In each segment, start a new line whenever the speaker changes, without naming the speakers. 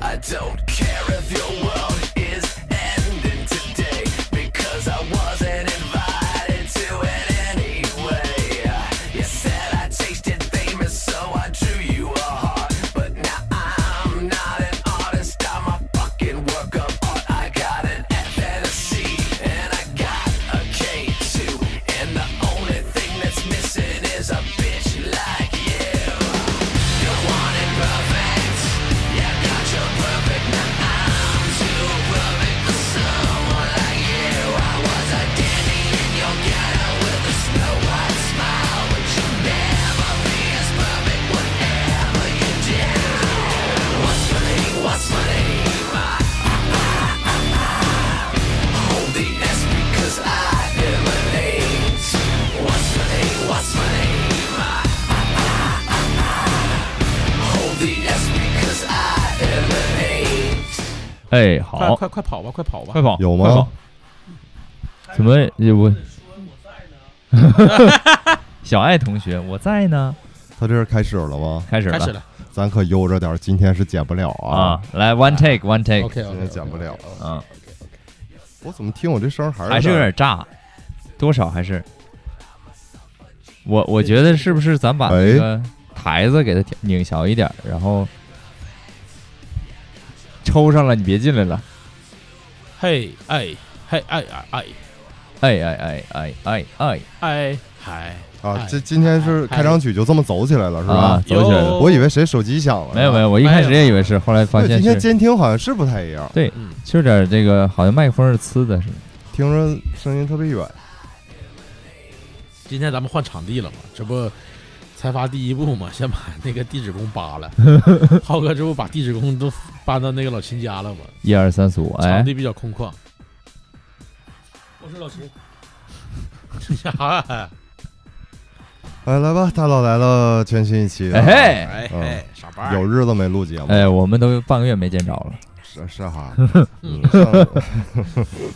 I don't care if your world is ending today because I wasn't invited to it anyway. You said I tasted famous, so I drew you a heart. But now I'm not an artist, I'm a fucking work of art. I got an F and a C, and I got a K too. And the only thing that's missing is a bitch like you. You want it perfect, you got your perfect. Now I'm too perfect for someone like you. I was a dandy in your ghetto with a snow white smile, but you'll never be as perfect whatever you do. What's funny? What's funny? My hold the S because I am an eight. What's funny? What's funny? My hold the S because I am an eight.
哎，
快
好，
快快跑吧，快跑吧！
快跑，
有吗
快跑？怎么也我？ 小爱同学，我在呢。
他这是开始了吗？
开始
开始
了
了
咱可悠着点儿，今天是剪不了啊
啊！，来 one take one take，
，OK
今
OK，
天剪不了了。
嗯，
我怎么听我这声儿还是
还是有点炸，多少还是。我我觉得是不是咱把
哎
那个台子给它调拧小一点，然后抽上了，你别进来了。
嘿哎嘿哎哎哎
哎哎哎哎哎哎
哎嗨，
啊？
哎
这今天是开场曲就这么走起来了是
啊
吧，？
走起来了。
哟
我以为谁手机响了呢，
没有没有，我一开始也以为是，后来发
对，
现
今天
是
监听好像是不太一样，
对，
嗯，
就有点这个，好像麦克风是呲的似的。
听着声音特别远。
今天咱们换场地了嘛，这不才发第一步嘛，先把那个地址宫 扒了。浩哥这不把地址宫都搬到那个老秦家了嘛，
一二三四五，哎
场，地比较空旷。我是老 秦。
哎
啥？
来来吧，大佬来了，全新一期啊。
哎
哎
嗯
嘿，傻班儿
有日子没录节目
嘿，，哎，我们都半个月没见着了。
是是哈。
嗯
上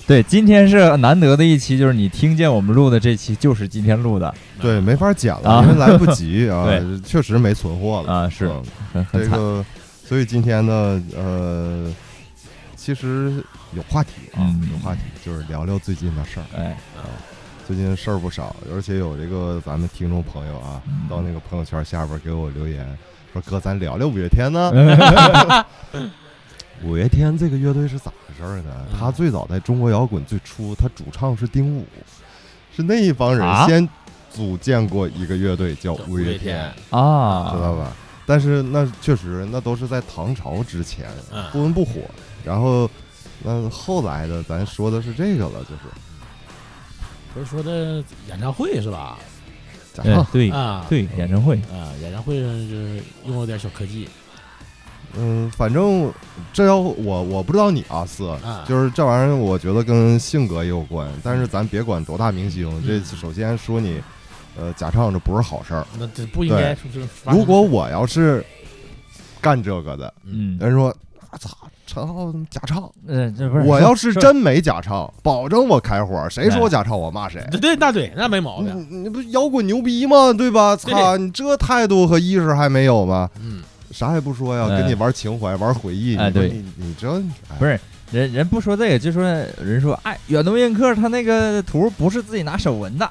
对，今天是难得的一期，就是你听见我们录的这期，就是今天录的
对，没法剪了，
啊
因为来不 及啊
对，
确实没存货了
啊，是
嗯
很
这
很惨
个，所以今天呢，呃，其实有话题啊，
嗯
有话题，就是聊聊最近的事儿。
哎，
啊
最近事儿不少，而且有这个咱们听众朋友啊，到那个朋友圈下边给我留言说：“哥，咱聊聊五月天呢。”五月天这个乐队是咋回事儿呢？他最早在中国摇滚最初，他主唱是丁武，是那一帮
啊
人先组建过一个乐队叫
五
五
月
月
天
天，知
啊，
道吧？但是那确实，那都是在唐朝之前
嗯，
不温不火。然后，那后来的咱说的是这个了，就是
不是说的演唱会是吧？
假
哎
唱。
对
啊，
对，演唱会
啊，演唱会上就是用了点小科技
嗯，反正这要我我不知道你啊四
啊，
就是这玩意儿，我觉得跟性格也有关。但是咱别管多大明星，这首先说你，呃，假唱这不是好事儿。
那这不应该是是发生
如果我要是干这个的，
嗯，
人说啊操，陈浩假唱，
嗯，这不是
我要是
说
真没假唱，保证我开火。谁说我假唱，我骂谁。
对对，那对，那没毛
你
病。
嗯你不摇滚牛逼吗？对吧？
对
操，你这态度和意识还没有吗？
嗯，
啥也不说呀，
哎
跟你玩情怀、玩回忆。
哎
你说
对
你你这哎
不是人人不说这个，就说人说哎，远东映客他那个图不是自己拿手纹的，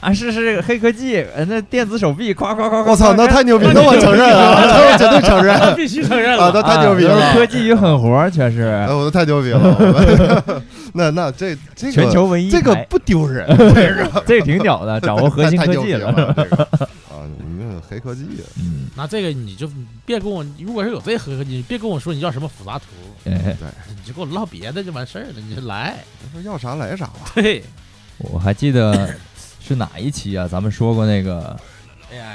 啊，是是黑科技，呃，那电子手臂，夸夸夸夸，
哎我操，
夸
那太牛逼！那我承认啊， 那我绝对承 认啊，
必须承认
那
了。
太牛逼
啊
了！
科技与狠活全是
哎，我太牛逼了！ 那那这这个
全球唯一
这个
台
不丢人，这个
这个挺屌的，掌握核 心
太
科
牛
技
逼
了。
了。这个啊，你们黑科技
嗯，
那这个你就别跟我，如果是有这合格，你别跟我说你要什么复杂图，
哎，
你就给我唠别的就完事儿了，你就来。
说要啥来啥吧。
对，
我还记得是哪一期啊？咱们说过那个，
哎呀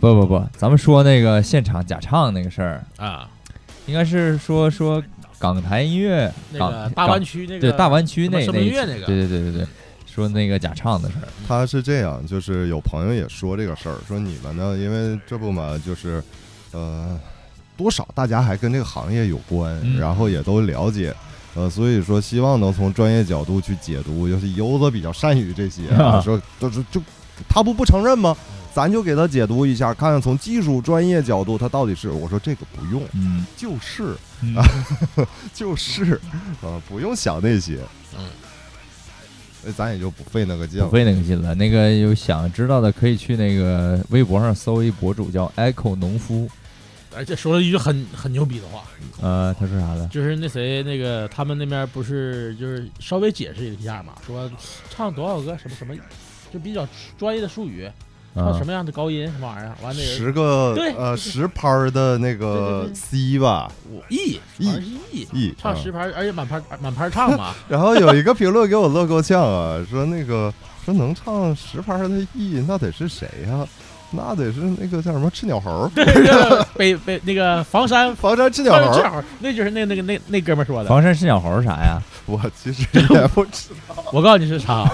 不不不，咱们说那个现场假唱那个事儿，
啊，
应该是说说港台音乐，
那
港
个大湾
港
区那个
对大湾区
什么
那
什么
那一
音乐
期
那个
对对对对对，说那个假唱的事儿，
他是这样，就是有朋友也说这个事儿，说你们呢，因为这不嘛，就是呃，多少大家还跟这个行业有关，
嗯
然后也都了解。呃，所以 说希望能从专业角度去解读，尤其优子比较善于这些、啊，
啊
说就就就他不不承认吗？咱就给他解读一下，看看从技术专业角度他到底是。我说这个不用，
嗯，
就是
嗯
啊 就是，啊，不用想那些，
嗯，
那咱也就不费那个劲
不
了。
费那个劲了。那个有想知道的，可以去那个微博上搜一博主叫 Echo 农夫，
而且说了一句很很牛逼的话，
呃，他说啥的？
就是那谁那个他们那边不是就是稍微解释一下嘛，说唱多少个什么什么，就比较专业的术语，唱
啊
什，么样的高音什么玩意儿，完那人
十个
对
呃十拍儿的那
对对
个
对
C 吧
五 E 好像是 E，
E，
唱
啊
十盘，而且满盘满盘唱 嘛，
然后有一个评论给我乐够呛啊，说那个说能唱十拍儿的 E，那得是谁呀、那得是那个叫什么吃鸟猴儿，
对对，北北那个房山。
房山吃鸟
正
猴儿。
好，那就是那那个那那哥们儿说的。
房山是小猴啥呀？
我其实也不知，
我告诉你是 啥，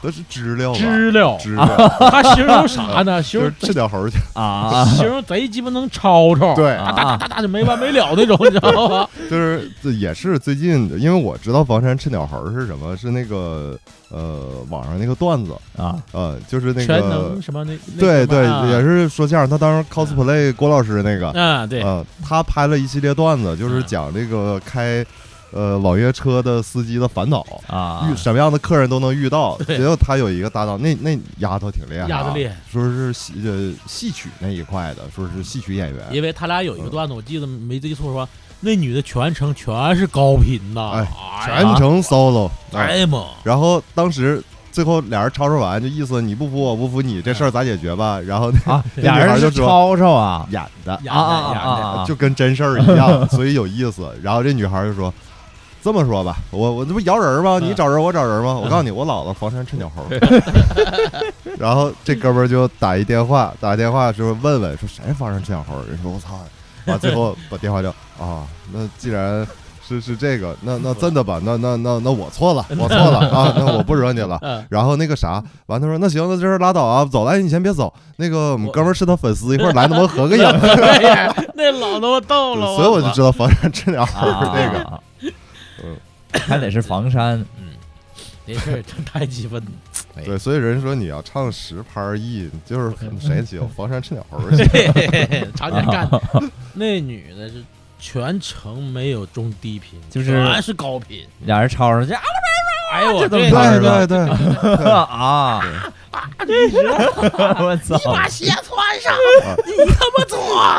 都是知了吧？
知啊了。
知了，
他形容啥呢？形
就是
容
吃鸟猴儿去。
啊，
形容贼鸡巴能吵吵，
对
哒哒哒哒哒就没完没了那种，你知道吗？
就是这也是最近，因为我知道房山吃鸟猴儿是什么，是那个呃网上那个段子，
啊，
呃，就是 那
全能
个
什么那那
对对，
什么啊
也是说相声，他当时 cosplay 郭老师那个，
啊，对，
呃，他拍了一系列段子，就是
嗯
讲这个开呃网约车的司机的烦恼。
啊
遇什么样的客人都能遇到，
对
结果他有一个搭档，那那丫头挺厉害啊，
丫头厉害
说是戏呃戏曲那一块的，说是戏曲演员，
因为他俩有
嗯
一个段子，我记得没记错说，那女的全程全是高频呐，
哎
哎
全
呀，
程 solo，哎
哎嘛，
然后当时最后俩人吵吵完，就意思你不服我不服你，这事
嗯
儿咋解决吧？然 后那
啊，俩人是吵吵啊
演的
演
啊啊
演
啊啊，
就跟真事儿一样，所以有意思。然后这女孩就说。这么说吧，我我这不摇人吗？
嗯
你找人，我找人吗？我告诉你，我姥姥房山吃鸟猴。然后这哥们儿就打一电话，打电话说问问，说谁房山吃鸟猴？人说我操，完最后把电话就啊，那既然是是这个，那那真的吧，那那那那我错了，我错了啊，那我不惹你了。
嗯，
然后那个啥，完他说那行，那这事儿拉倒啊，走了，哎你先别走，那个我们
我
哥们儿是他粉丝，一会儿来，能不能合个影？
哎呀那老他妈 逗
对
了，
所以我就
操
知道房山吃鸟猴
啊
儿那个，
啊
嗯，
还得是房山，
这事儿真太鸡巴，
对，所以人说你要唱十拍儿一，就是谁行，房山吃鸟猴儿行，
对，常年干的。 那女的是全程没有中低频，
就是
全是高频，
俩人吵吵去啊
哎呦，我
这都
对
对
啊
对
对
对
对对，
啊！ 我操！
鞋穿上，
啊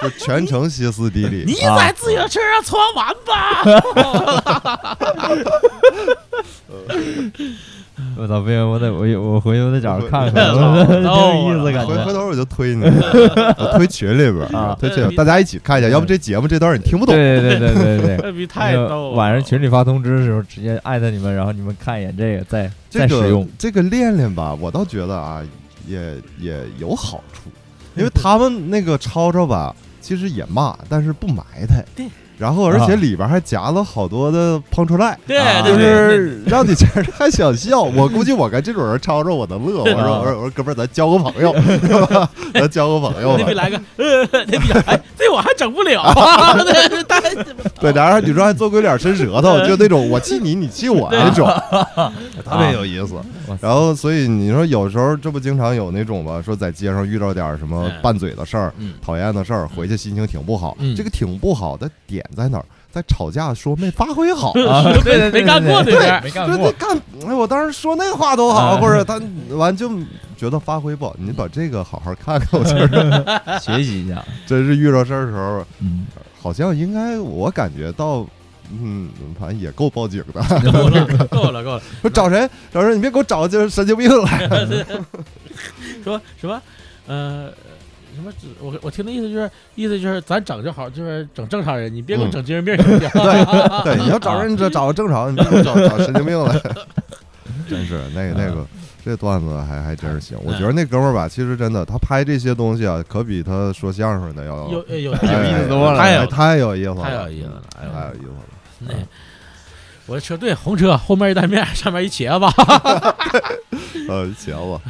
就全程歇斯底里。
啊
在自行车上穿完吧。
我操！不行，我得我我回去我得找着看看，
老
挺有意
逗
思
了
感
回回
觉。
头我就推你，我推群里边
啊
儿，推群里边儿大家一起看一下，要不这节目这段儿你听不懂。
对对对对 对对，
那逼太
那个
逗了。
晚上群里发通知的时候，直接艾特你们，然后你们看一眼这个，再
这
再使
个
用。
这个练练吧，我倒觉得啊，也也有好处，因为他们那个吵吵吧，其实也骂，但是不埋汰。
对。
然后，而且里边还夹了好多的 p u n c h line，
对
啊
对
就
对对
是让你觉得还想笑。我估计我跟这种人吵吵，我能乐。我
啊
说我说我说哥们儿，咱交个朋友， 对吧咱交个朋友
那
吧
比。来个，呃，那比哎，这我还整不了， 对但
对，然后你说还做鬼脸伸舌头，就那种我气你，你气我那种，
啊
特别有意思。
我操
然后，所以你说有时候这不经常有那种吧，说在街上遇到点儿什么
嗯
拌嘴的事儿、
嗯
讨厌的事儿，回去心情挺不好。
嗯
这个挺不好的点在哪儿？在吵架说没发 挥好。
啊，对对对，对
没干过
对
这边
没
就
干
是
过。
干，哎，我当时说那话多好，
嗯
或者他完就觉得发挥不好。你把这个好好看看，我觉得
学习一下，
真是遇到事儿的时候，
嗯，
好像应该我感觉到，嗯，反正也够报警的。
够了，够了，够了。
说找谁？找谁？你别给我找就是神经病来。
说什么？呃，什么？我我听的意思就是，意思就是咱整就好，就是整正常人，你别给我整精神病行不行？
对对，你要找人，你找个正常，你别给我找找神经病来。 真是那个那个， 这段子还还真是行。我觉得那哥们儿吧，其实真的，他拍这些东西啊，可比他说相声的要
有有有
哎
意思多了
太
太有
太有意思了，
太有意思了哎呦
太有意思了。
那我的车队红车后面一袋面，上面一茄子。
呃，茄子，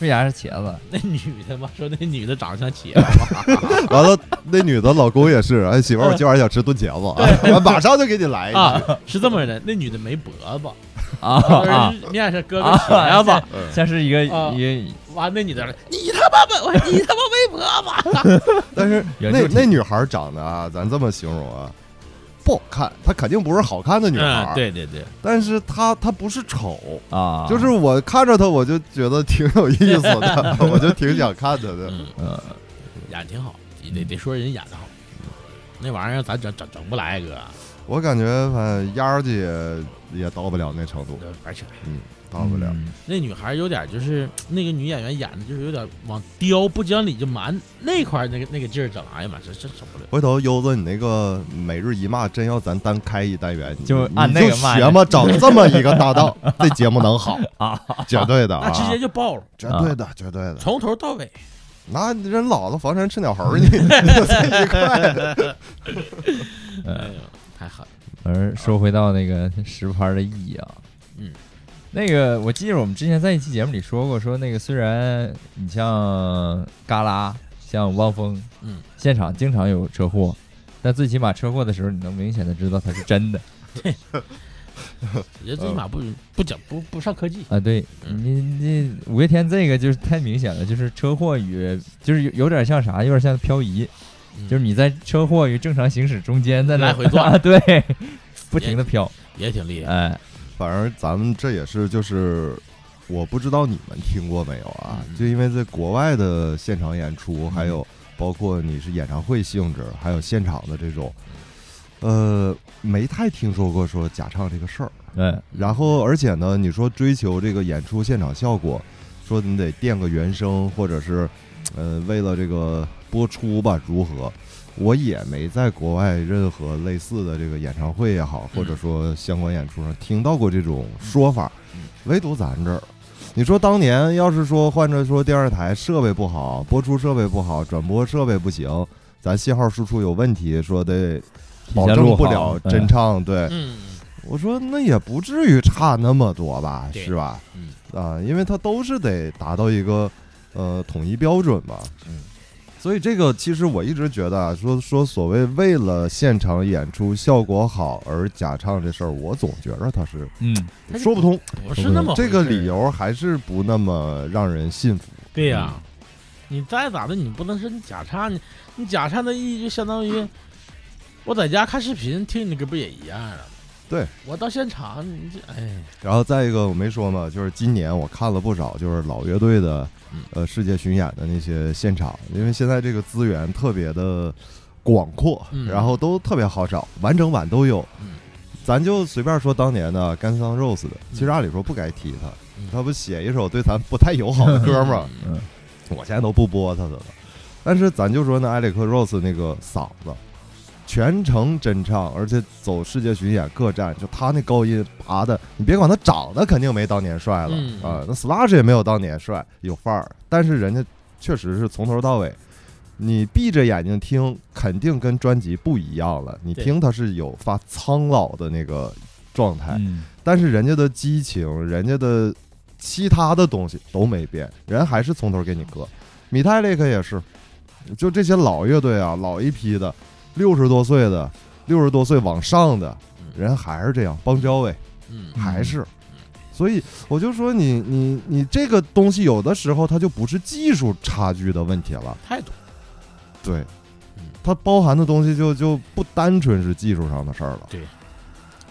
为啥是茄子？
那女的嘛，说那女的长得像茄子
完了，那女的老公也是，哎，媳妇
哎
儿，我今晚想吃炖茄子，啊，我马上就给你来一个。
啊，是这么的，那女的没脖子，
啊
当
啊
时面上搁个
啊！
铁呀吧，
嗯
像是一个
啊
一
完那女的，你他妈没，我你他妈没脖子，
但是
有
那
肉体
那女孩长得啊，咱这么形容啊，不好看，她肯定不是好看的女孩儿。
嗯，对对对，
但是她她不是丑，
个啊，
就是我看着她我就觉得挺有意 思的，我就挺想看她的。
嗯，
呃
演挺好，你得得说人演的好，那玩意儿咱整整整不来啊哥，
我感觉反正丫儿姐也到不了那程度，
那玩起来。
到不了。
嗯
那女孩有点就是那个女演员演的，就是有点往刁不讲理就蛮那块儿那个那个劲儿整，哎呀妈，这这整不了。
回头悠子，你那个每日一骂，真要咱单开一单元，你
就
你
按那
就
个骂
学嘛，找这么一个搭 档，这节目能好
啊？
绝对的
那
啊，
直接就爆了，
绝对的，绝对的。
从头到尾。
那人老子房山吃鸟 猴儿，你你就这一块的。
哎呦，太狠了！
呃而说回到那个实拍的意义啊，
嗯，
那个我记得我们之前在一期节目里说过，说那个虽然你像嘎啦、像汪峰，
嗯，
现场经常有车祸，但最起码车祸的时候，你能明显的知道它是真的
人最起码
嗯
不不讲不不上科技，
啊。对
嗯
你你五月天这个就是太明显了，就是车祸与就是有有点像啥，有点像漂移，
嗯
就是你在车祸与正常行驶中间在那
来回转
啊， 对，不停的飘，
也挺厉害。
哎，
反正咱们这也是就是，我不知道你们听过没有啊？
嗯
就因为在国外的现场演
嗯
出，还有包括你是演唱会性质，还有现场的这种，呃，没太听说过说假唱这个事儿。
对，
然
嗯
后，而且呢，你说追求这个演出现场效果，说你得垫个原声，或者是，呃，为了这个播出吧，如何？我也没在国外任何类似的这个演唱会也
嗯
好，或者说相关演出上听到过这种说法
嗯，
唯独咱这儿。你说当年要是说换着说电视台设备不好，播出设备不好，转播设备不行，咱信号输出有问题，说得保
提前
证
录
不
好
了
嗯
真唱，对，
嗯，
我说那也不至于差那么多吧，
对
是吧？
嗯
啊，因为它都是得达到一个呃统一标准嘛。
嗯，
所以这个其实我一直觉得啊，说说所谓为了现场演出效果好而假唱这事儿，我总觉着它是
嗯，
它是
说不通，
不是那么
这个理
由。
由嗯还是不那么让人信服。
对呀、你再咋的，你不能说你假唱，你你假唱的意义就相当于我在家看视频听你歌不也一样啊？
对，
我到现场，你这哎，
然后再一个我没说嘛，就是今年我看了不少就是老乐队的
嗯，
呃，世界巡演的那些现场，因为现在这个资源特别的广阔，
嗯
然后都特别好找，完整版都有。
嗯
咱就随便说当年的甘桑 Rose 的，其实按理说不该提他，
嗯
他不写一首对咱不太友好的歌吗？
嗯
我现在都不播他的了。但是咱就说那埃里克 Rose 那个嗓子，全程真唱，而且走世界巡演各站，就他那高音爬的，你别管他长得肯定没当年帅了啊、
嗯
那 Slash 也没有当年帅，有范儿，但是人家确实是从头到尾。你闭着眼睛听，肯定跟专辑不一样了。你
对
听他是有发苍老的那个状态，
嗯
但是人家的激情，人家的其他的东西都没变，人还是从头给你搁。米泰利克也是，就这些老乐队啊，老一批的，六十多岁的，六十多岁往上的
嗯
人还是这样，邦交伟
嗯
还是。所以我就说你你你这个东西有的时候它就不是技术差距的问题了，
态度，
对
嗯，
它包含的东西就就不单纯是技术上的事儿了。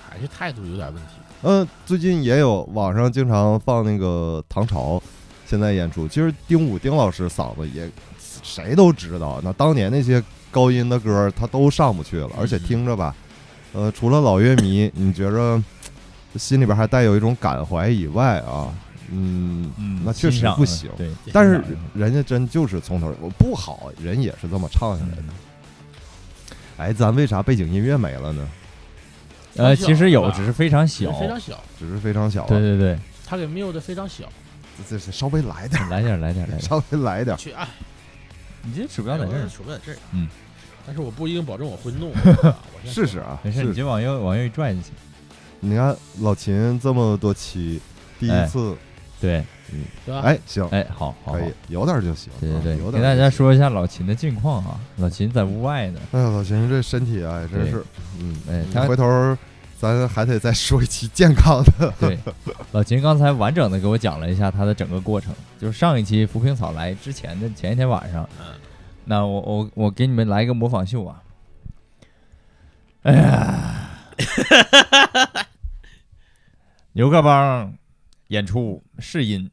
还是态度有点问题。
嗯，最近也有网上经常放那个唐朝，现在演出，其实丁武丁老师嗓子也谁都知道，那当年那些高音的歌他都上不去了，
嗯
而且听着吧，呃，除了老乐迷，你觉着心里边还带有一种感怀以外啊，嗯，
嗯
那确实
欣赏
不行
对，
但是
欣赏
人家真就是从头我不好，人也是这么唱下来的。
嗯
哎，咱为啥背景音乐没了呢？
呃，
小
其实有，
是吧
只是非常小。
非常小，
只是非常小、啊，
对对对，
他给谬的非常小。
这这稍微来点儿，
来点儿来点儿来点儿。
稍微来点儿。
去哎，
你这鼠
不
标在这儿，
鼠标在这儿。
嗯，
但是我不一定保证我会弄。 我先
试试啊，
没事，
试
你
试。
就往右往右一拽就行。
你看老秦这么多期，第一次，
对，
对吧？
哎，行，
哎，好，好，
可以
好，
有点儿就行。
对
啊
对对，
有
给
点。
大家，说一下老秦的近况啊。老秦在屋外呢，
哎呀，老秦这身体啊，也真是，嗯，
哎
你
他
回头咱还得再说一期健康的。
对，老秦刚才完整的给我讲了一下他的整个过程，就是上一期浮萍草来之前的前一天晚上
嗯，
那我我我给你们来一个模仿秀啊！哎呀，牛各帮演出试音，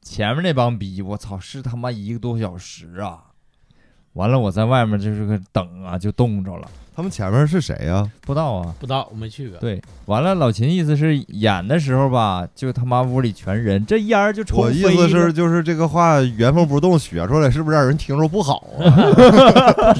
前面那帮逼，我操，是他妈一个多小时啊！完了，我在外面就是个等啊，就冻着了，
他们前面是谁呀、
不知道啊。
不知道，我没去过。
对，完了，老秦意思是演的时候吧，就他妈屋里全人，这烟儿就抽
我
飞
意
了。
思是，就是这个话原封不动学出来，是不是让人听着不好啊？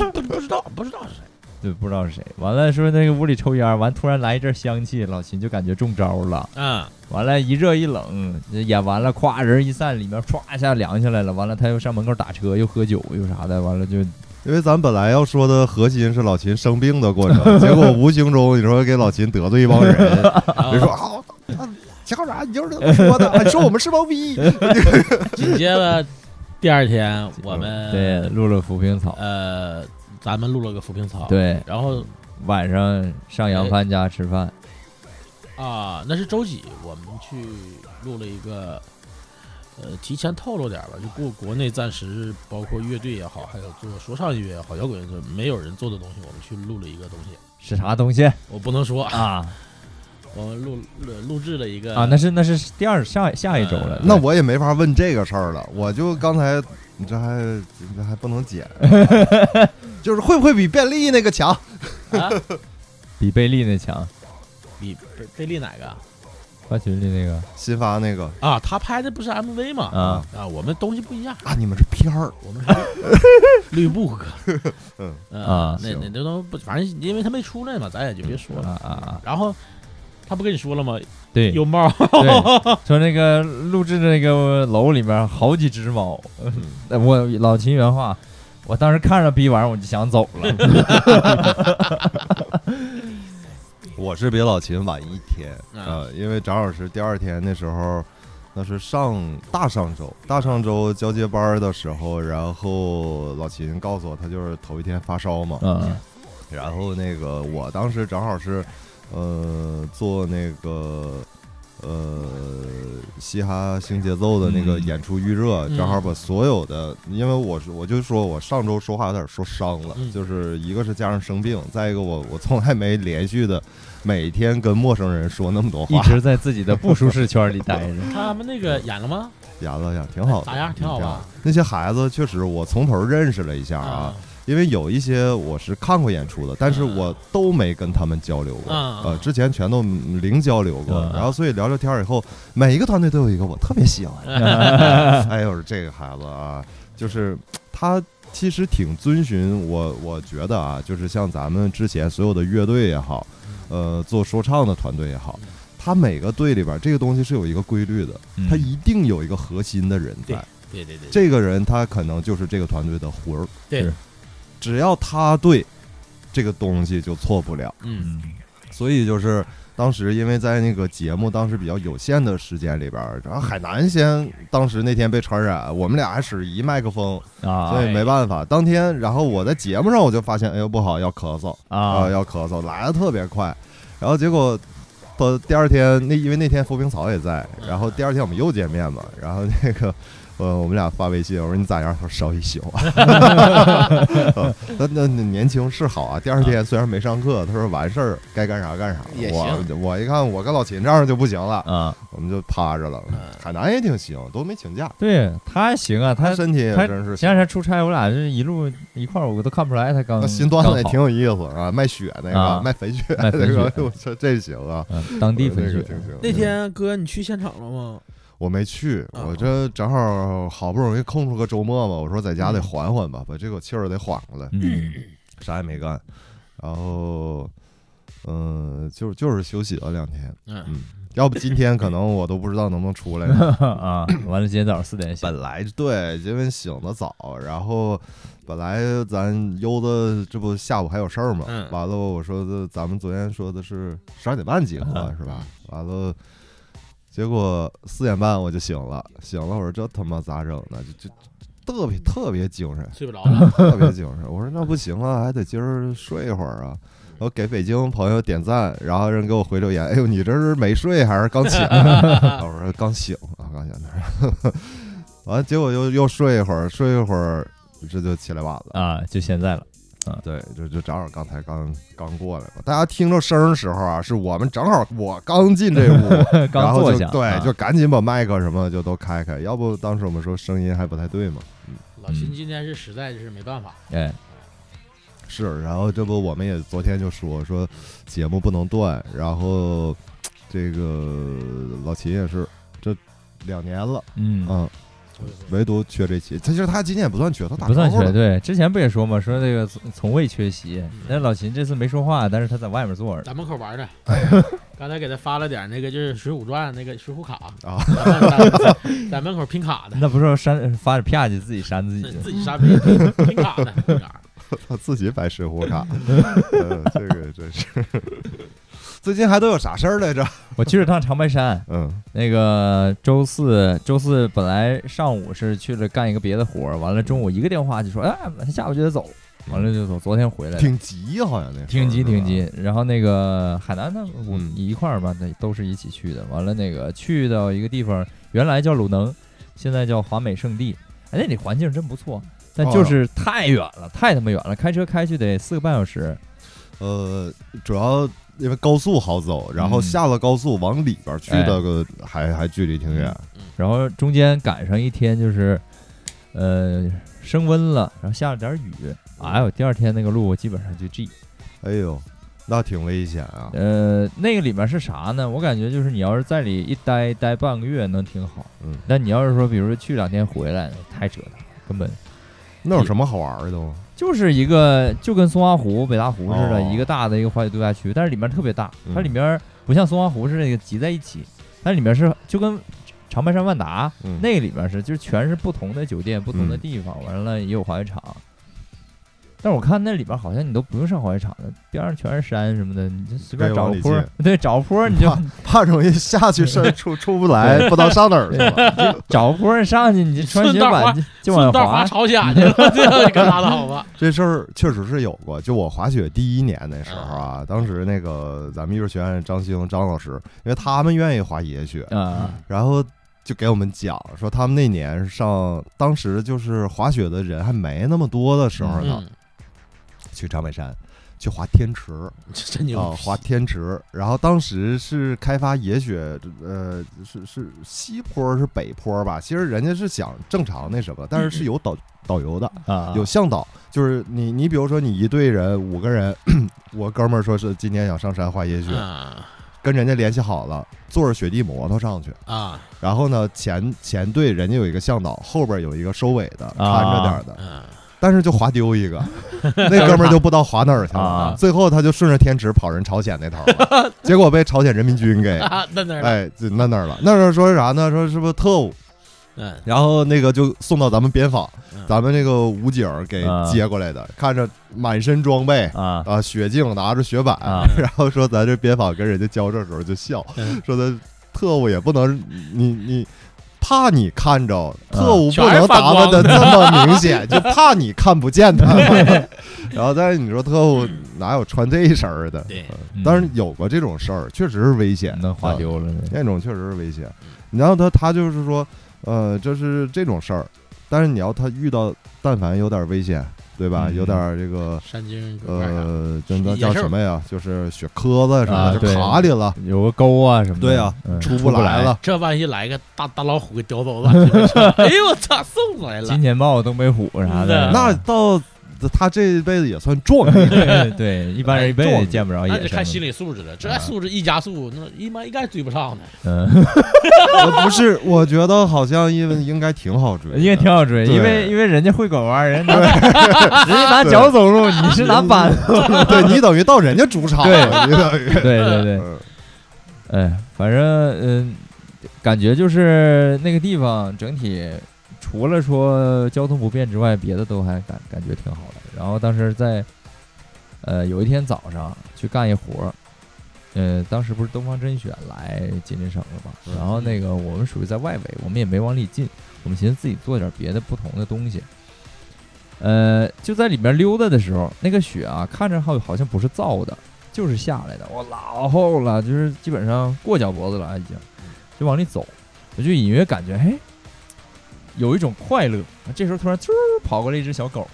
不不知道，不知 道是谁。
对，不知道是谁。完了，说那个屋里抽烟儿，完突然来一阵香气，老秦就感觉中招了。
嗯，
完了，一热一冷，演完了，咵人一散，里面唰一下凉下来了。完了，他又上门口打车，又喝酒，又啥的。完了就
因为咱本来要说的核心是老秦生病的过程，结果无形中你说给老秦得罪一 帮人，人说啊，啊秦浩啥？你就是这么说的，哎你说我们是帮逼，
紧接着第 二天我
嗯
们
对录了浮萍草，
呃，咱们录了个浮萍草，，
对，
然后
晚上上杨帆家吃饭，
啊，那是周几我们去录了一个。呃，提前透露点吧，就国国内暂时包括乐队也好，还有做说唱音乐也好，摇滚乐队没有人做的东西，我们去录了一个东西，
是啥东西
我不能说，
啊？
我们录录录制了一个
啊，那是那是第二上下一周了。
那我也没法问这个事儿了。我就刚才，你这还你这还不能 剪，就是会不会比便利那个强？
啊，
比贝利那强，
比贝贝利哪个啊
发群里那个
新发那个
啊？他拍的不是 MV 吗？
啊。
啊，我们东西不一样，
啊，你们是片儿，
我们是绿布 哥，
嗯
呃
啊
那那
行
那都不，反正因为他没出来嘛，咱也就别说了。
啊啊啊！
然后他不跟你说了吗？
对，
有猫，
对说那个录制的那个楼里面好几只猫，
嗯
呃我老秦原话，我当时看着逼玩意儿我就想走 了。
我是比老秦晚一天
啊
呃，因为张老师第二天那时候，那是上大上周，大上周交接班儿的时候，然后老秦告诉我他就是头一天发烧嘛，
嗯
然后那个我当时正好是，呃，做那个呃嘻哈新节奏的那个
嗯
演出预热，
嗯
正好把所有的，因为我是我就说我上周说话有点说伤了，
嗯
就是一个是加上生病，再一个我我从来没连续的每天跟陌生人说那么多
一
话，
直在自己的不舒适圈里待 着。
他们那个演了吗？
演了演挺好的，
哎咋样挺好吧
那些孩子确实我从头认识了一下啊，
嗯
因为有一些我是看过演出的，但是我都没跟他们交流过，
嗯
呃，之前全都零交流过，
嗯
然后所以聊聊天儿以后，每一个团队都有一个我特别喜欢，哎呦这个孩子啊，就是他。其实挺遵循我，我觉得啊，就是像咱们之前所有的乐队也好，呃，做说唱的团队也好，他每个队里边儿这个东西是有一个规律的，
嗯
他一定有一个核心的人在
对。对对对，
这个人他可能就是这个团队的魂儿。
对
是，
只要他对这个东西就错不了。
嗯
嗯
所以就是当时因为在那个节目当时比较有限的时间里边儿，然后海南先当时那天被传染，我们俩还使一麦克风，
啊，
所以没办法。当天，然后我在节目上我就发现，哎呦不好，要咳嗽
啊
要咳嗽，来的特别快。然后结果到第二天，那因为那天浮萍草也在，
嗯
然后第二天我们又见面嘛，然后那个。 呃，我们俩发微信，我说你咋样？他说烧一 宿 啊。呃那那那年轻是好啊。第二天虽然没上课，他说完事儿该干啥干啥。
也
我我一看，我跟老秦这样就不行了，
啊，
我们就趴着了。
嗯
海南也挺行，都没请假，
对他行啊，他
身体也
他
真是行。
前两天出差，我俩这一路一块儿，我都看不出来他刚
那新段子也
刚好
挺有意思啊，卖血那个，
啊
卖肥血
卖肥
那个，
血
我这这行啊，
嗯，当地
那
分
个
学
挺行。
那天哥你去现场了吗？
我没去，
啊
我这正好好不容易空出个周末嘛，我说在家得缓缓吧，把这口气儿得缓过来，
嗯
啥也没干，然后，嗯，就就是休息了两天，
嗯
嗯，要不今天可能我都不知道能不能出来呢。
啊，完了今天早上四点醒
本来对，因为醒得早，然后本来咱悠的这不下午还有事儿嘛，
嗯
完了我说的咱们昨天说的是十二点半集合、是吧？完了，结果四点半我就醒了，醒了我说这他妈咋整呢？就就特别特别精神，
睡不着了，
特别精神。我说那不行啊，还得今儿睡一会儿啊。我给北京朋友点赞，然后人给我回留言，哎呦，你这是没睡还 是刚醒？我说刚醒啊，刚醒的。完，结果又又睡一会儿，睡一会儿，这就起来晚了。
啊，就现在了，
对，就就正好刚才刚刚过来嘛。大家听着声儿时候啊，是我们正好我刚进这 屋，然
刚
后
坐
就
下，啊
对，就赶紧把麦克什么就都开开，要不当时我们说声音还不太对嘛。
老
嗯
秦今天是实在是没办法，
哎，
是，然后这不我们也昨天就说说节目不能断，然后这个老秦也是这两年了，
嗯，
嗯，唯独缺这期。他其实他今年也不算缺，他打
不算
招呼
缺，
了
对，之前不也说嘛，说这个从从未缺席，但是老秦这次没说话，但是他在外面坐着，
在门口玩呢。
哎
刚才给他发了点那个，就是《水浒传》那个《水浒卡
啊》嗯
在，在在门口拼卡的，
那不是说扇发着啪叽自己扇自己的，
自己上拼拼卡的，自个儿
他自己摆水 壶卡，呃，这个真是。最近还都有啥事儿来着？
我去了趟长白山，
嗯
那个周四，周四本来上午是去了干一个别的活儿，完了中午一个电话就说，哎，他下午就得走，完了就走，昨天回来的。
挺急，好像那时候
挺急
是吧
挺急，然后那个海南他们我
嗯
一块儿吧，那都是一起去的。完了那个去到一个地方，原来叫鲁能，现在叫华美圣地。哎，那里环境真不错，但就是太远了，太他妈远了，开车开去得四个半小时。
呃，主要因为高速好走，然后
嗯
下了高速往里边去
哎嗯
的个还还距离挺远。
然后中间赶上一天就是，呃，升温了，然后下了点雨，哎呦，第二天那个路我基本上就 G。
哎呦，那挺危险啊！
呃，那个里面是啥呢？我感觉就是你要是在里一待待半个月能挺好，
嗯
但你要是说比如说去两天回来，太折腾了，根本
那有什么好玩的都？
就是一个就跟松花湖、北大湖似的，
哦
一个大的一个滑雪度假区，但是里面特别大，
嗯
它里面不像松花湖似的那个集在一起，但里面是就跟长白山万达。
嗯，
那个里面是，就是全是不同的酒店、不同的
嗯
地方，完了也有滑雪场。但是我看那里边好像你都不用上滑雪场了，边上全是山什么的，你就随便
可以
找
往
个
里
坡儿，对，找个坡儿你就
怕怕容易下去事儿出出不来，不知道上哪儿去了。
找个坡儿上去， 你就穿雪板就就往下
顺道滑
滑。
朝鲜 去了，这样你可拉倒吧。
这事儿确实是有过，就我滑雪第一年那时候啊，当时那个咱们艺术学院张兴张老师，因为他们愿意滑野雪，
啊，
然后就给我们讲说他们那年上当时就是滑雪的人还没那么多的时候呢，
嗯，
去长白山。去滑天池
这真
啊、
牛逼！
滑天池。然后当时是开发野雪，呃，是是西坡是北坡吧？其实人家是想正常那什么，但是是有导导游的，
啊，
嗯有向导，就是你你比如说你一队人五个人， 我哥们儿说是今天想上山滑野雪，
啊
跟人家联系好了，坐着雪地摩托上去。
啊
然后呢，前前队人家有一个向导，后边有一个收尾的看着点儿的，
啊！
但是就滑丢一个，那哥们儿就不知道滑哪儿去了。
啊
最后他就顺着天池跑人朝鲜那头了，结果被朝鲜人民军给
啊， 那那
哎就那那儿了。那时候说啥呢？说是不是特务？
嗯，
然后那个就送到咱们边防
嗯，
咱们那个武警给
啊
接过来的，看着满身装备。
啊
啊，雪镜拿着雪板，
啊
然后说咱这边防跟人家交涉的时候就笑，
嗯
说咱特务也不能，你你怕你看着，
嗯
特务不
全是
能
反
打
光
扮的这么明显，就怕你看不见他。 然后，但是你说特务哪有穿这一身儿的？
对，
嗯
当然有过这种事儿，确实是危险，
那滑
啊
丢了，
那种确实是危险。然后他他就是说，呃，这是这种事儿，但是你要他遇到但凡有点危险，对吧？
嗯
有点这个
山精
哎
鬼怪啥
呃，真的
野
叫
兽
什么呀？就是雪壳子什么
啊
的，就
对
卡里了，
有个沟啊什么的。
对啊
嗯
出
不
不来了。
这万一来个大大老虎给叼走了，你们 说哎呦我操，送过来了
金！钱豹、东北虎啥的，
那到他这辈子也算壮 烈
对对，一般人一
哎
辈子也见不着
那
野
得
生
看心
的。
理素质了，这
嗯
素质一加速，那一般应该追不上的。
嗯，
我不是，我觉得好像因为应该挺好追的，
应该挺好追，
对
因为因为人家会拐弯，人家拿 人家拿脚走路，你是拿板子。
对你等于到人家主场了，你等于
对对对，
嗯
哎，反正嗯、感觉就是那个地方整体除了说交通不便之外，别的都还感感觉挺好的。然后当时在呃有一天早上去干一活儿，呃，当时不是东方甄选来吉林省了嘛，然后那个我们属于在外围，我们也没往里进，我们寻思自己做点别的不同的东西。呃，就在里面溜达的时候，那个雪啊，看着好好像不是造的，就是下来的。我老厚了，就是基本上过脚脖子了，已经就往里走，我就隐约感觉，嘿，有一种快乐。这时候突然啾跑过来一只小狗，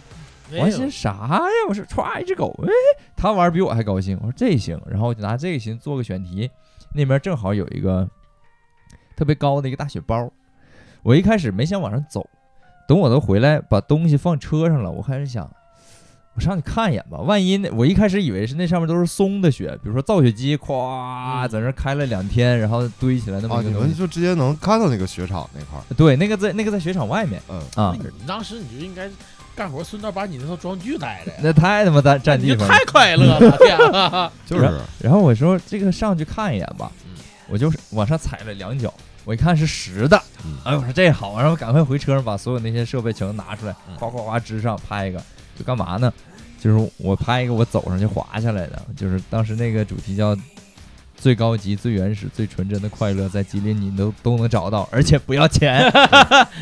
哎
我还寻思啥呀？我说歘，一只狗，哎，它玩儿比我还高兴。我说这行，然后我就拿这个寻思做个选题，那边正好有一个特别高的一个大雪包，我一开始没想往上走，等我都回来把东西放车上了，我开始想，我上去看一眼吧，万一那我一开始以为是那上面都是松的雪，比如说造雪机咵
嗯
在那儿开了两天，然后堆起来那
啊，
么一
你
个东
们
西。
就直接能看到那个雪场那块儿，
对，那个在那个在雪场外面
嗯，
啊，
你当时你就应该干活，顺道把你那套装具带着呀，
那太他妈占 占
你
地
就
方了。
太快乐了，啊 这样
就是
然后我说这个上去看一眼吧
嗯，
我就是往上踩了两脚，我一看是实的
嗯，
哎，我说这好，然后赶快回车上把所有那些设备全都拿出来
嗯，
哗哗哗支上拍一个，就干嘛呢？就是我拍一个我走上去滑下来的，就是当时那个主题叫。最高级、最原始、最纯真的快乐，在吉林你都都能找到，而且不要 钱。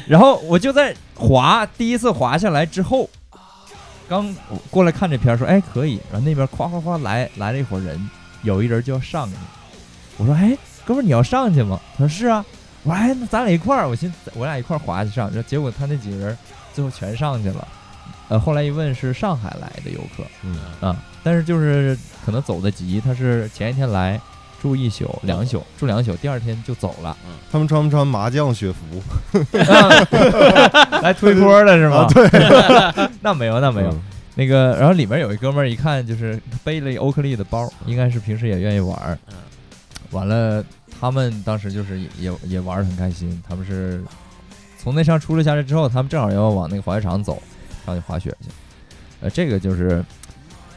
然后我就在滑，第一次滑下来之后，刚过来看这片儿，说哎可以，然后那边夸夸夸来来了一伙人，有一人就要上去，我说哎哥们儿你要上去吗？他说是啊，我说哎那咱俩一块儿，我寻思我俩一块儿滑去上，然后结果他那几个人最后全上去了，呃后来一问是上海来的游客，
嗯
啊，但是就是可能走得急，他是前一天来住一宿两宿住两宿，第二天就走了，
他们穿不穿麻将雪服？
来推坡了是吗？
啊
对， 那没有那没有，
嗯，
那个，然后里面有一哥们儿，一看就是他背了一欧克利的包，应该是平时也愿意玩儿
嗯。
完了，他们当时就是也也也玩的很开心。他们是从那上出溜下来之后，他们正好要往那个滑雪场走，上去滑雪去。呃，这个就是，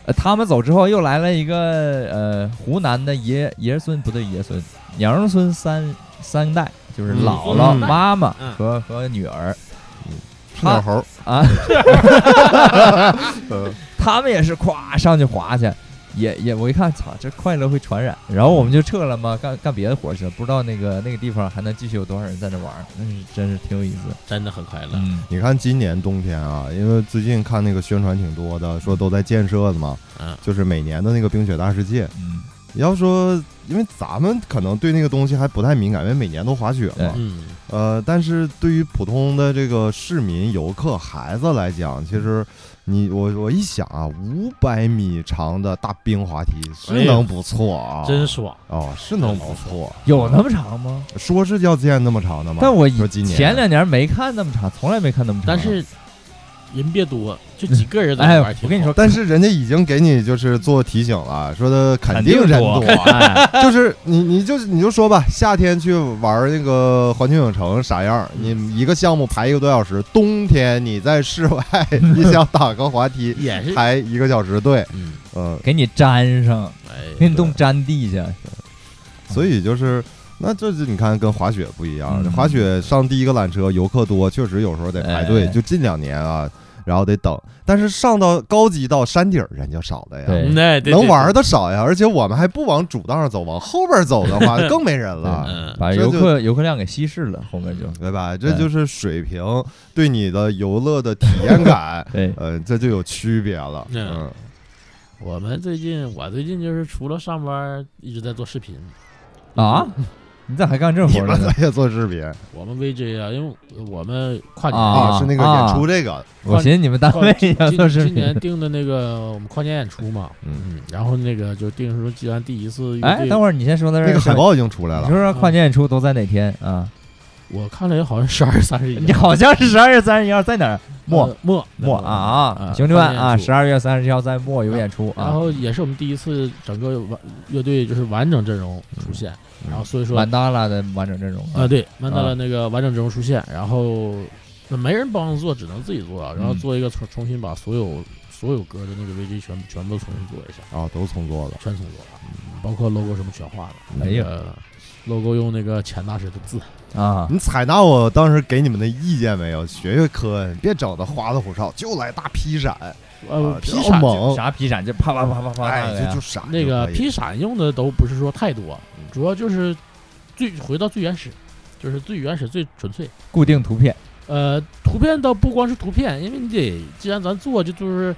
呃，他们走之后又来了一个呃湖南的爷爷孙不对爷孙娘孙三三代，就是
嗯
姥姥、
嗯
妈妈
嗯
和和女儿
吃鸟猴儿，
啊。
嗯
他们也是咵上去滑去，也也我一看，操，这快乐会传染。然后我们就撤了嘛，干干别的活儿去了。不知道那个那个地方还能继续有多少人在那玩儿，那是真是挺有意思的。
真的很快乐。
嗯，
你看今年冬天啊，因为最近看那个宣传挺多
嗯
的，说都在建设的嘛，
嗯
就是每年的那个冰雪大世界。
嗯，
要说，因为咱们可能对那个东西还不太敏感，因为每年都滑雪嘛
对。
嗯，
呃，但是对于普通的这个市民、游客、孩子来讲，其实你我我一想啊，五百米长的大冰滑梯
哎
是能不错啊，
真爽。
嗯
哦，是能不错。
有那么长吗？
说是要建那么长的吗？
但我以
说今年
前两年没看那么长，从来没看那么长。
但是人别多，就几个人在
哎，
那玩儿
我
挺好。
跟你说，
但是人家已经给你就是做提醒了，说的肯定人
多
多，
哎
就是你你就你就说吧，夏天去玩那个环球影城啥样？
嗯
你一个项目排一个多小时，冬天你在室 外你想打个滑梯
也是，
排一个小时队，
嗯，
嗯，
给你粘上，
哎，
运动粘地下。
所以就是。那这是你看，跟滑雪不一样。
嗯
滑雪上第一个缆车，游客多，确实有时候得排队。
哎
就近两年啊，然后得等。但是上到高级到山顶儿，人就少了呀。
对
那对
能
对
玩的少呀，而且我们还不往主道上走，往后边走的话更没人了，
嗯，
把
这
游
就
客游客量给稀释了，后面就
对吧？这
对，
就是水平对你的游乐的体验感
对，
呃，这就有区别了。
嗯
嗯，
我们最近，我最近就是除了上班，一直在做视频。
啊，你咋还干这活
你
儿了
们
呢？
咱也做视频
我们 VJ 啊，因为我们跨年
啊
是那个演出这个，
我寻思你们单
跨
位要
今
做视
今年
频。
定的那个我们跨年演出嘛，
嗯，
嗯，然后那个就定说，既然第一次乐
哎，
队
等会儿你先说到这
那个海
上
报已经出来
你
了
嗯
说。说跨年演出都在哪天啊？
我看了也好像十二三十一，
你好像是十二月三十一号在哪儿？墨
嗯呃末
墨啊啊！兄弟们啊，十。二月三十一号在墨有演出
跨
啊，
年演出然后也是我们第一次整个完乐队就是完整阵容出现，
嗯
然后所以说
满达拉的完整阵容
啊，对，曼达
啊
了那个完整阵容出现，然后那没人帮着做，只能自己做，啊然后
嗯
做一个重重新把所有所有歌的那个 VJ 全部全部重新做一下，
啊，都重做的，
全重做了，
嗯
包括 logo 什么全画了。
哎呀
呃，logo 用那个钱大师的字，
啊。
你采纳我当时给你们的意见没有？学学科恩，别整的花里胡哨，就来大劈闪，
呃
啊，
披
这
哦
闪
猛，
啥劈闪就啪啪啪啪啪那
哎，
个
就
呀
就，闪
那个
就可以
披闪用的都不是说太多，
嗯
主要就是最回到最原始，就是最原始最纯粹。
固定图片
呃，图片倒不光是图片，因为你得既然咱做，就就是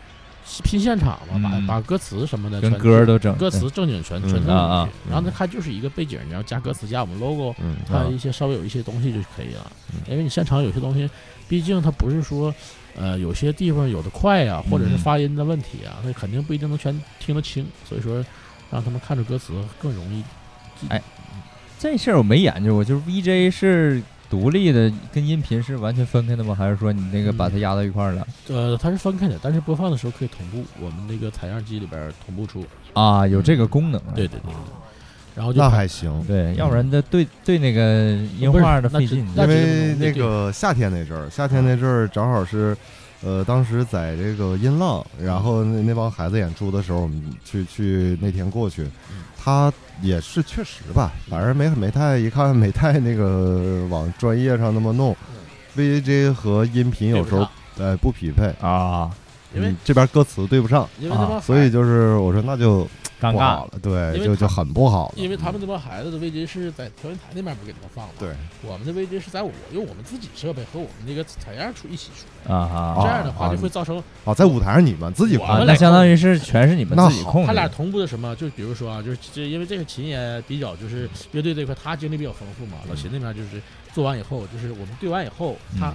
拼现场嘛，
嗯
把把歌词什么的
跟
全
歌儿都整
呃歌词正经全
嗯
全弄进去，
啊啊
然后呢，它就是一个背景，你要加歌词加我们 logo，
嗯，
还
啊
有一些稍微有一些东西就可以了
嗯。
因为你现场有些东西，毕竟它不是说，呃，有些地方有的快呀、或者是
嗯
发音的问题啊，那肯定不一定能全听得清。
嗯
所以说，让他们看着歌词更容易。
哎这事儿我没研究过，就是 VJ 是独立的，跟音频是完全分开的吗？还是说你那个把它压到一块儿了？
呃，它是分开的，但是播放的时候可以同步，我们那个采样机里边同步出。
啊，有这个功能啊。
对对对对。然后就
嗯那
拍
还行，
对，要不然它对对那个音画的费劲。
不是那
因为那
这个不能对
个夏天那阵儿，夏天那阵儿正好是，呃，当时在这个音浪，然后那那帮孩子演出的时候，我们去去那天过去，
嗯
他也是确实吧，反正没没太一看没太那个往专业上那么弄，VJ 和音频有时
嗯对
候
不
呃不匹配，
啊，
因为
嗯这边歌词对不上，
因为那帮、
啊
所以。就是我说那就
尴
不好
尬。
了，对，
因为
就
他
就很不好了，嗯
因为他们那帮孩子的 VJ 是在调音台那边不给他们放嘛，
对，
我们的 VJ 是在我用我们自己设备和我们那个采样出一起出，
啊啊
这
啊
样的话
啊
就会造成
啊，在舞台上你们自己
我
啊
玩
们！
那
俩
相当于是全是你们
那
自己
好
控制啊
他俩
的。
同步的什么？就比如说啊，就是这因为这个秦也比较就是乐队这块，他经历比较丰富嘛。
嗯
老秦那边就是做完以后，就是我们对完以后，他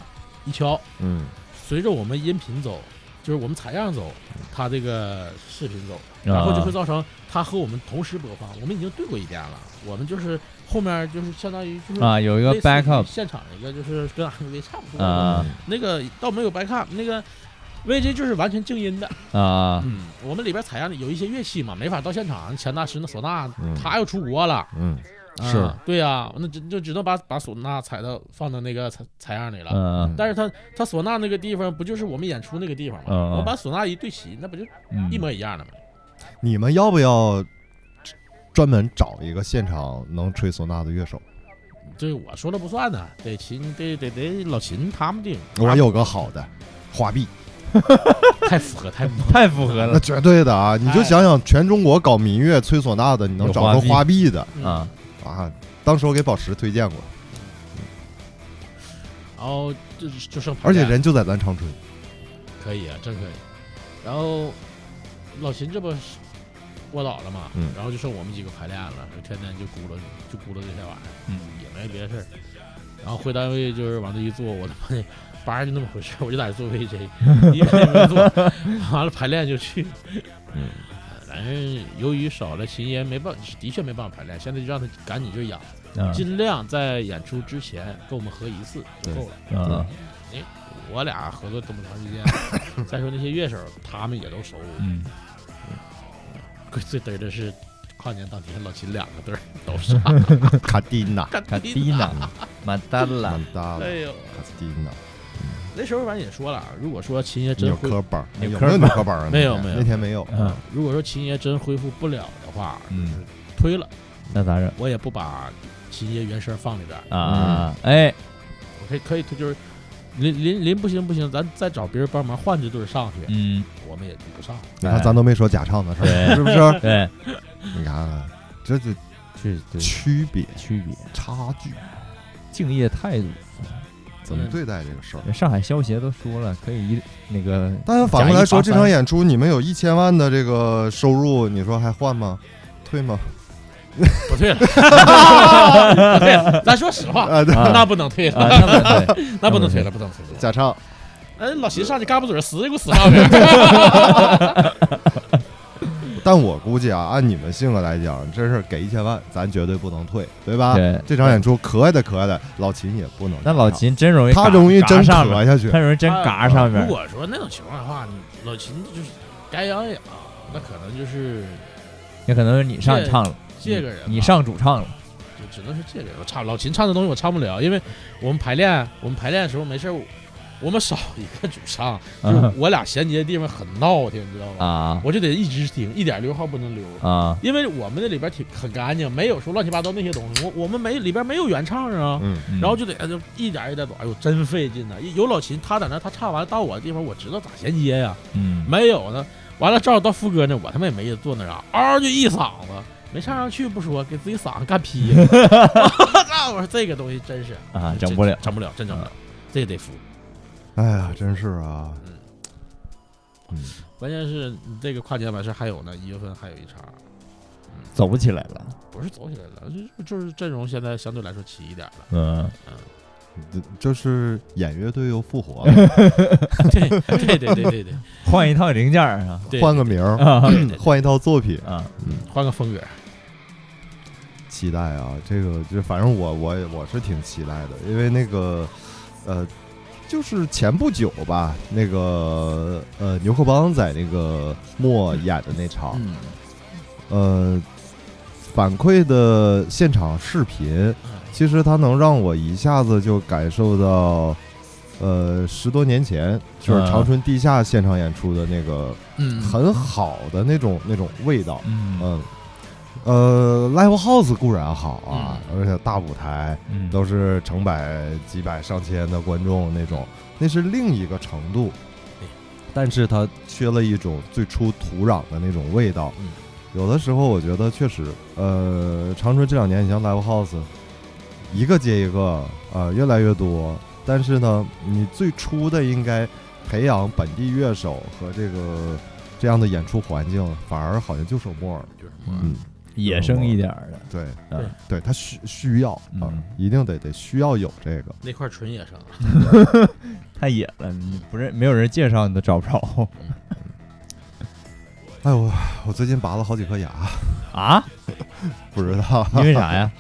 一敲，
嗯，
随着我们音频走，就是我们采样走，他这个视频走，
嗯啊
然后就会造成他和我们同时播放。我们已经对过一遍了，我们就是后面就是相当于就是。
啊，有一个 backup
现场一个就是跟 MV 差不多，
啊
那个倒没有 backup，那个 VJ 就是完全静音的，
啊
嗯，我们里边采样的有一些乐器嘛，没法到现场。钱大师那唢呐
嗯，
他又出国了，
嗯，
啊
是
对呀、那只就只能把把唢呐采到放到那个采采样里了。
嗯
但是他他唢呐那个地方不就是我们演出那个地方吗？
嗯嗯
我把唢呐一对齐，那不就
嗯
一模一样的吗？
你们要不要专门找一个现场能吹唢呐的乐手？
这我说了不算呢，得秦得得得老秦他们定，
我有个好的，花臂，
太符合太符合。
太符合
那
了
绝对的啊！你就想想，全中国搞民乐吹唢呐的，你能找
有
出
花臂
花臂的
嗯
啊！
啊？当时我给宝石推荐过，
然后就就剩
而且人就在咱长春。
可以啊，真可以。然后老秦这不是卧倒了嘛，
嗯
然后就剩我们几个排练了，就天天就咕噜就咕噜这些玩意儿，
嗯
也没别的事儿。然后回单位就是往这一坐，我他妈的班儿就那么回事儿， 我就在这做 VJ，一个也没做， 完了排练就去。
嗯
呃，反正由于少了秦爷，没办，的确没办法排练。现在就让他赶紧就养，
嗯
啊
尽量在演出之前跟我们合一次就够了。
啊
我俩合作这么长时间， 再说那些乐手，他们也都熟。
嗯，
最嘚儿的是，跨年当天老秦两个队 儿都是
卡丁娜，
干
卡蒂娜，马达拉
完蛋了
哎，呦，
卡丁娜，
那时候反正也说了，啊如果说秦爷真
纽
恢
科班儿，哎
纽
有
科
没有
班
纽科班儿啊？
没有
那天
没有
那天没有。
嗯，
如果说秦爷真恢复不了的话，
嗯，
推了，
那咋整
我也不把秦爷原声放里边儿，
啊啊？
嗯
哎，
我可以可以推就是。临临临不行不行，咱再找别人帮忙换支队儿上去，
嗯，
我们也就不上了。
你看咱都没说假唱的事
对
儿，是不是？
对，
你看看，这就
这这
区别
区别，
差距，
敬业态度。
怎么对待这个事儿？
上海消协都说了，可以一那个
但反过来说，
假
这
一罚三
场演出你们有一千万的这个收入，你说还换吗？退吗？
不退了， 不退了。咱说实话，
啊，对，
那不能退了，
啊， 那么对，
那不能退了，不能退了。
假唱，
哎，老秦上去嘎巴嘴儿撕，给 我撕上边。
但我估计啊，按你们性格来讲，真是给一千万，咱绝对不能退，对吧？
对
这场演出可爱的可爱的，老秦也不能。
那老，秦真容易嘎，
他容易
嘎
真
上面，
咳下 去
他。容易真嘎上面
如。果说那种情况的话，你老秦就是该养养，那可能就是
也可能是你上唱了，
借个人吧，
你上主唱了，
就只能是借个人。我唱老秦唱的东西我唱不了，因为我们排练，我们排练的时候没事儿，我们少一个主唱，就是
嗯
我俩衔接的地方很闹挺，你知道吧？
啊
我就得一直听，一点溜号不能溜。
啊
因为我们那里边挺很干净，没有说乱七八糟那些东西。我我们没里边没有原唱啊，
嗯，
嗯
然后就得哎就一点一点走，哎呦，真费劲呐、有老秦，他在那儿，他唱完到我的地方，我知道咋衔接呀、
嗯
没有呢，完了正好到副歌那，我他妈也没坐那啥，嗷就一嗓子，没唱上去不说，给自 己嗓子干劈了。我操！我说这个东西真是
啊，整不了嗯
整不了，真整不了。这得服。
哎呀，真是啊，
关键是你这个跨年完事儿还有呢，一月份还有一茬儿，
走不起来了。
不是走起来了，就是就是阵容现在相对来说齐一点儿 了。
嗯，
这这是演乐队又 复活了，
对对对对对对
换一套零件儿啊
对，
换个 名儿，
啊
对对
换一套作品，嗯
啊！
换个风格。
期待啊！这个就反正我我我是挺期待的，因为那个呃，就是前不久吧，那个呃牛克邦在那个莫演的那场，
嗯
呃，反馈的现场视频，其实它能让我一下子就感受到，呃，十多年前就是
嗯
长春地下现场演出的那个
嗯，
很好的那种那种味道。
嗯
嗯，呃，live house 固然好啊，而且大舞台
嗯
都是成百、几百、上千的观众那种，那是另一个程度
哎
对。
但是它缺了一种最初土壤的那种味道。
嗯
有的时候我觉得确实，呃，长春这两年你像 live house，一个接一个，呃，越来越多。但是呢，你最初的应该培养本地乐手和这个这样的演出环境，反而好像就剩木耳。
就是
嗯，
野生一点儿的，
对，
对
对，他需需要啊，
嗯
一定得得需要有这个。
那块儿纯野生啊。
太野了，你不认没有人介绍你都找不着
哎我我最近拔了好几颗牙，
啊？
不知道
因为啥？呀？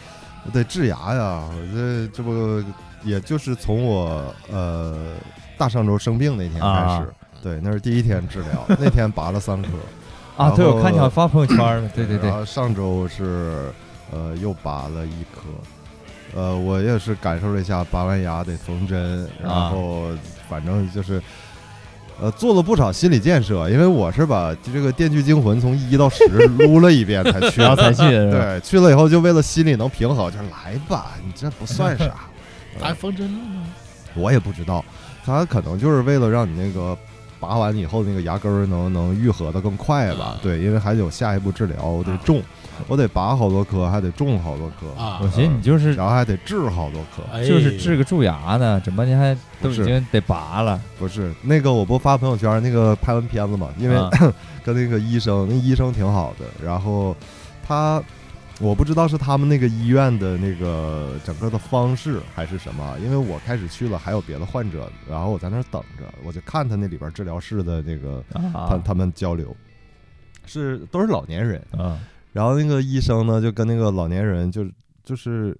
得治牙呀！我这这不也就是从我呃大上周生病那天开始，
啊
对，那是第一天治疗，那天拔了三颗。
啊，对，
然后
我看你好像发朋友圈了， 对对对
然，后上周是呃又拔了一颗，呃，我也是感受了一下，拔完牙得缝针，然
啊
后反正就是。呃，做了不少心理建设，因为我是把这个《电锯惊魂》从一到十撸了一遍才 去
然后才去是吧？
对，去了以后就为了心里能平衡，就来吧，你这不算啥，
咱风筝了吗？
我也不知道，他可能就是为了让你那个拔完以后那个牙根儿能能愈合的更快吧
啊？
对，因为还得有下一步治疗，我得种，我得拔好多颗，还得种好多颗，
啊
我寻思你就是
然后还得治好多颗。
哎
就是治个蛀牙呢，怎么你还都已
是
经得拔了？
不是那个，我不发朋友圈那个拍完片子嘛，因为、
啊
跟那个医生，那医生挺好的，然后他。我不知道是他们那个医院的那个整个的方式还是什么，因为我开始去了，还有别的患者，然后我在那儿等着，我就看他那里边治疗室的那个他
啊
他们交流，是都是老年人。
啊
然后那个医生呢，就跟那个老年人就就是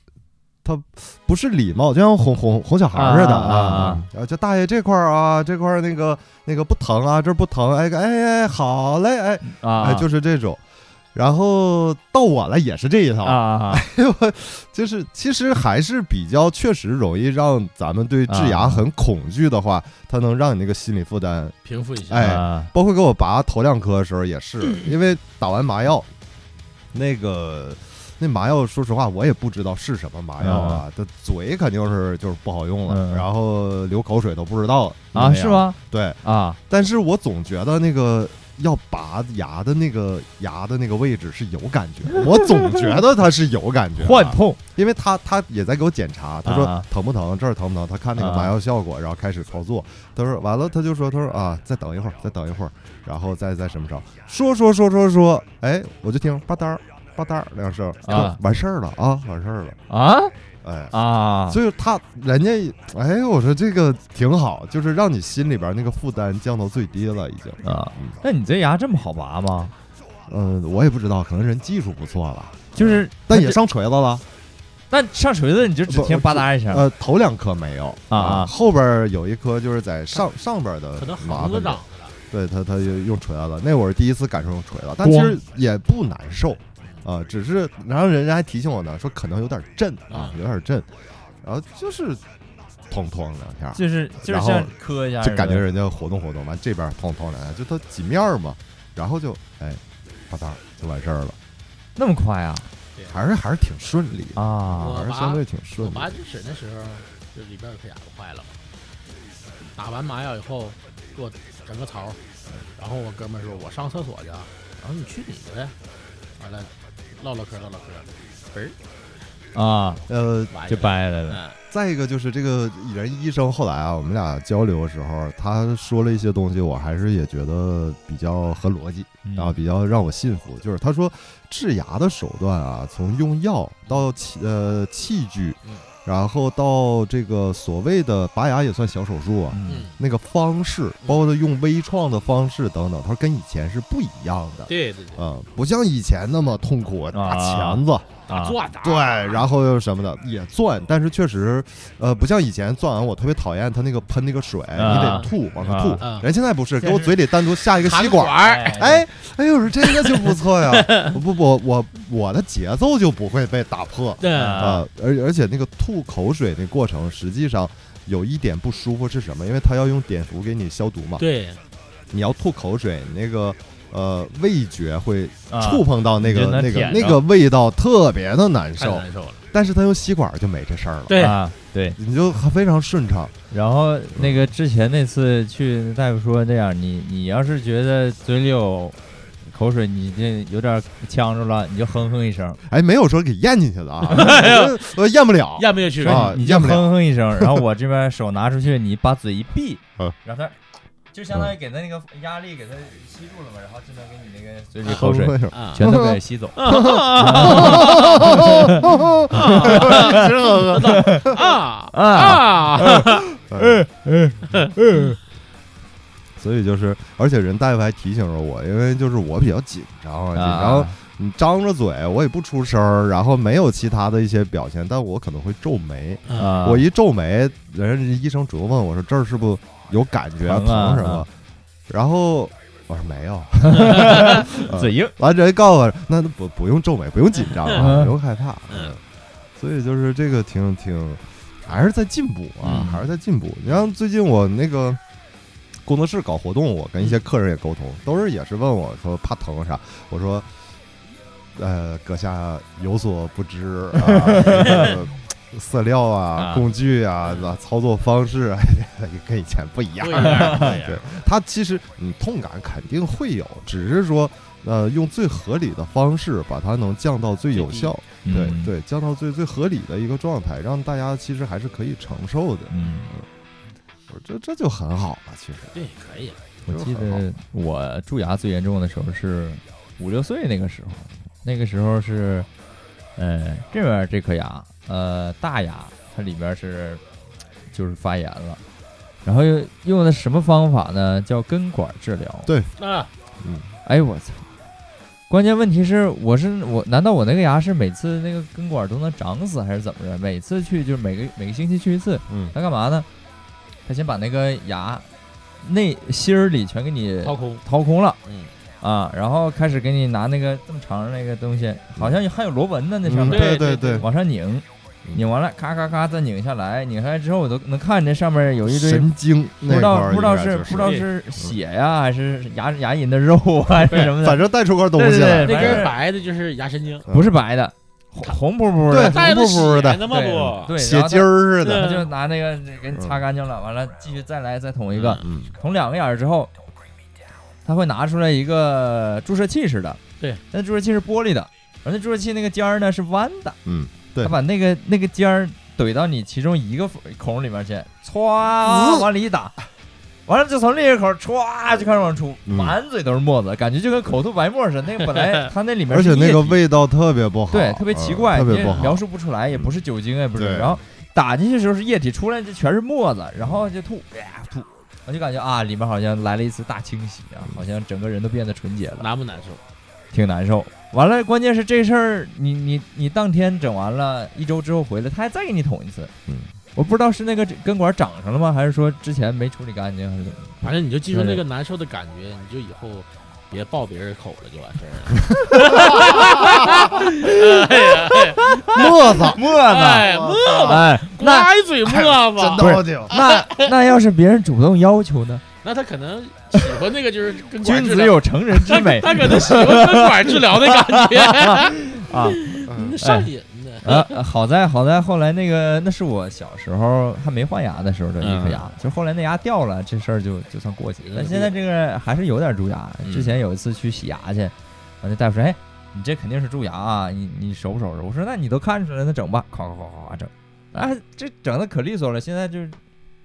他不是礼貌，就像哄哄哄小孩儿似的
啊啊啊
然后就大爷这块儿啊，这块儿那个那个不疼啊，这儿不疼，哎哎哎，好嘞，哎
啊！
哎，就是这种。然后到我了也是这一套，
啊，
就是其实还是比较确实容易让咱们对治牙
啊
很恐惧的话，它能让你那个心理负担
平复一下。
哎
啊
包括给我拔头两颗的时候也是，因为打完麻药，那个那麻药，说实话我也不知道是什么麻药啊，这、嘴肯定是就是不好用了，
嗯
然后流口水都不知道
啊，是？
那样
吗？
对，
啊
但是我总觉得那个。要拔牙的那个牙的那个位置是有感觉，我总觉得它是有感 觉的，啊
幻痛
因为他他也在给我检查，他说
啊
疼不疼，这儿疼不疼？他看那个麻药效果，然后开始操作。他说完了，他就说他说啊，再等一会儿，再等一会儿，然后再再什么时候说说说说说，哎，我就听吧嗒儿吧嗒儿两声，
啊
完事儿了啊，完事儿了，
啊
哎。
啊！
所以他人家，哎，我说这个挺好，就是让你心里边那个负担降到最低了，已经。
啊，那你这牙这么好拔吗？
嗯、我也不知道，可能人技术不错了，
就是，
嗯但也上锤子了。
但上锤子你就只
不
听吧嗒一声
呃，头两颗没有
啊啊
后边儿有一颗就是在上上边儿的
可能
麻
行
子
子长
上，
的了，
对他他就用锤子了。那会儿第一次感受用锤子，但其实也不难受啊，只是然后人家还提醒我呢，说可能有点震啊
嗯
啊，
有点震，然后就是通通两下儿，
就是就是
然后
像磕一下似
就
的，
感觉人家活动活动，完这边儿通通两下，就它几面儿嘛，然后就哎，吧嗒就完事儿了，
那么快啊
还是还是挺顺利的，
啊！
我
还是
拔
相对挺
我
顺利的。
拔智齿那时候，就里边有颗牙不坏了嘛。打完麻药以后，给我整个槽儿，然后我哥们儿说：“我上厕所去啊。”然后你去你的呗。完了，唠唠嗑，唠唠嗑，
啊，
呃，
完
就
掰。
掰来了。
嗯，
再一个就是这个人医生后来啊，我们俩交流的时候，他说了一些东西，我还是也觉得比较合逻辑，
嗯
然后比较让我信服。就是他说治牙的手段啊，从用药到器呃器具
嗯，
然后到这个所谓的拔牙也算小手术啊，
嗯
那个方式，
嗯
包括用微创的方式等等，他说跟以前是不一样的。
对对对，
嗯，不像以前那么痛苦，打钳子，
啊，
做的
对，然后又什么的也钻，但是确实，呃，不像以前钻完我特别讨厌它那个喷那个水，
啊
你得吐往上吐
啊啊。
人现在不是，
现在
给我嘴里单独下一个吸管。
儿，
哎，哎呦，这个就不错呀！ 不不，我我的节奏就不会被打破
对，
啊，而而且那个吐口水那过程，实际上有一点不舒服是什么？因为它要用碘伏给你消毒嘛。
对，
你要吐口水，你那个呃味觉会
啊
触碰到那
你
个、
就能
那个
舔着
那个味道，特别的难
太
受。
难受了，
但是它用吸管就没这事儿了，
对，
啊，对。
你就非常顺畅。
然后那个之前那次去大夫说这样，你你要是觉得嘴里有口水，你这有点呛着了，你就哼哼一声，
哎，没有说给咽进去 的啊，我就我咽不了。
咽不下去，
啊
你就
咽不了
哼哼一 声，然后我这边手拿出去，你把嘴一闭
嗯，
然后它就相当于给它那个压力给它吸住了嘛，然后就能给你那个嘴 里
啊
口水
为什么
啊，
全都给 吸走。
啊
啊
啊，
哎所以就是，而且人大夫还提醒着我，因为就是我比较紧张，紧张
啊
你张着嘴，我也不出声儿，然后没有其他的一些表现，但我可能会皱眉。
啊，
我一皱眉，人家医生主动问我说：“这儿是不是有感觉
疼啊
疼什么
啊？”
然后我说：“没有。
嘴硬，”
完，直接告诉我：“那不不用皱眉，不用紧张啊，
嗯
不用害怕。”
嗯，
所以就是这个挺挺，还是在进步啊
嗯，
还是在进步。你像最近我那个工作室搞活动，我跟一些客人也沟通，都是也是问我说怕疼啥，我说。呃，阁下有所不知 啊，这个色料啊、
啊
工具啊、那操作方式 跟以前不一样
不一。样，不一样
对，它其实你痛感肯定会有，只是说呃，用最合理的方式把它能降到最有
最低
效。对
嗯，
对，降到最最合理的一个状态，让大家其实还是可以承受的，
嗯。
我说这这就很好了。其实
对，可以了，
我记得我蛀牙最严重的时候是五六岁那个时候，那个时候是，呃，这边这颗牙，呃，大牙它里边是就是发炎了，然后又用的什么方法呢？叫根管治疗。
对
啊，
哎我操！关键问题是，我是我，难道我那个牙是每次那个根管都能长死，还是怎么着？每次去就是每个每个星期去一次，
嗯，
他干嘛呢？他先把那个牙内芯儿里全给你
掏空，
掏空了。
嗯，
啊，然后开始给你拿那个这么长的那个东西，好像还有螺纹呢，那上
嗯
面、
对
对
对
对
对，
往上拧，
嗯
拧完了咔咔咔再拧下来，拧下来之后我都能看见上面有一堆
神经
不
那
知
块
道
儿
不
应
知道
该
是
就
不
是
知道是血呀、还是牙牙龈的肉啊还是什么
反
的，
正带出块东西
对对对
来了。
那
反正
根白的就是牙神经，
不是白的，红红扑扑
对
的，
带着
红扑扑
血
的
呢嘛
对
不，
对，
血筋儿嗯似
然
的，
后他就拿那个给你擦干净了，完了继续再来再捅一个，
嗯，
捅两个眼儿之后，他会拿出来一个注射器似的，
对，
那注射器是玻璃的，而那注射器那个尖儿呢是弯的，
嗯，对
他把那个那个尖儿怼到你其中一个缝孔里面去，歘
嗯
往里一打，完了就从另一个口歘就开始往出，
嗯
满嘴都是沫子，感觉就跟口吐白沫似的。那个本来它那里面
而且
是
那
液
个
体
味道特别不好，
对特别奇怪，
嗯特
你
别
也
不好
描。述不出来，也不是酒精，也不
对
是，然后打进去的时候是液体，出来就全是沫子，然后就吐，呀吐。我就感觉啊，里面好像来了一次大清洗啊，好像整个人都变得纯洁了。
难不难受？
挺难受。完了，关键是这事儿，你你你当天整完了，一周之后回来，他还再给你捅一次。
嗯，
我不知道是那个根管长上了吗，还是说之前没处理干净， 还是怎么着？
反正你就记住那个难受的感觉，你就以后别爆别人口了，就完事儿了。
沫子，
沫子，
哎，沫
哎，那
刮一嘴沫
真
子，
高挺。
那那要是别人主动要求呢？
那他可能喜欢那个就是根管
君
治
子
疗，
有成人之
他
美
他可能喜欢根管治疗的感 觉，
啊
嗯
那上瘾呢。
啊！好在好在后来那个那是我小时候还没换牙的时候的一颗
嗯
牙，就后来那牙掉了，这事儿就就算过去了。
嗯
但现在这个还是有点蛀牙。
嗯
之前有一次去洗牙去，完那大夫说：“哎，你这肯定是蛀牙啊，你你收不收拾？”我说：“那你都看出来，那整吧。”夸夸夸夸夸整，啊，这整的可利索了，现在就是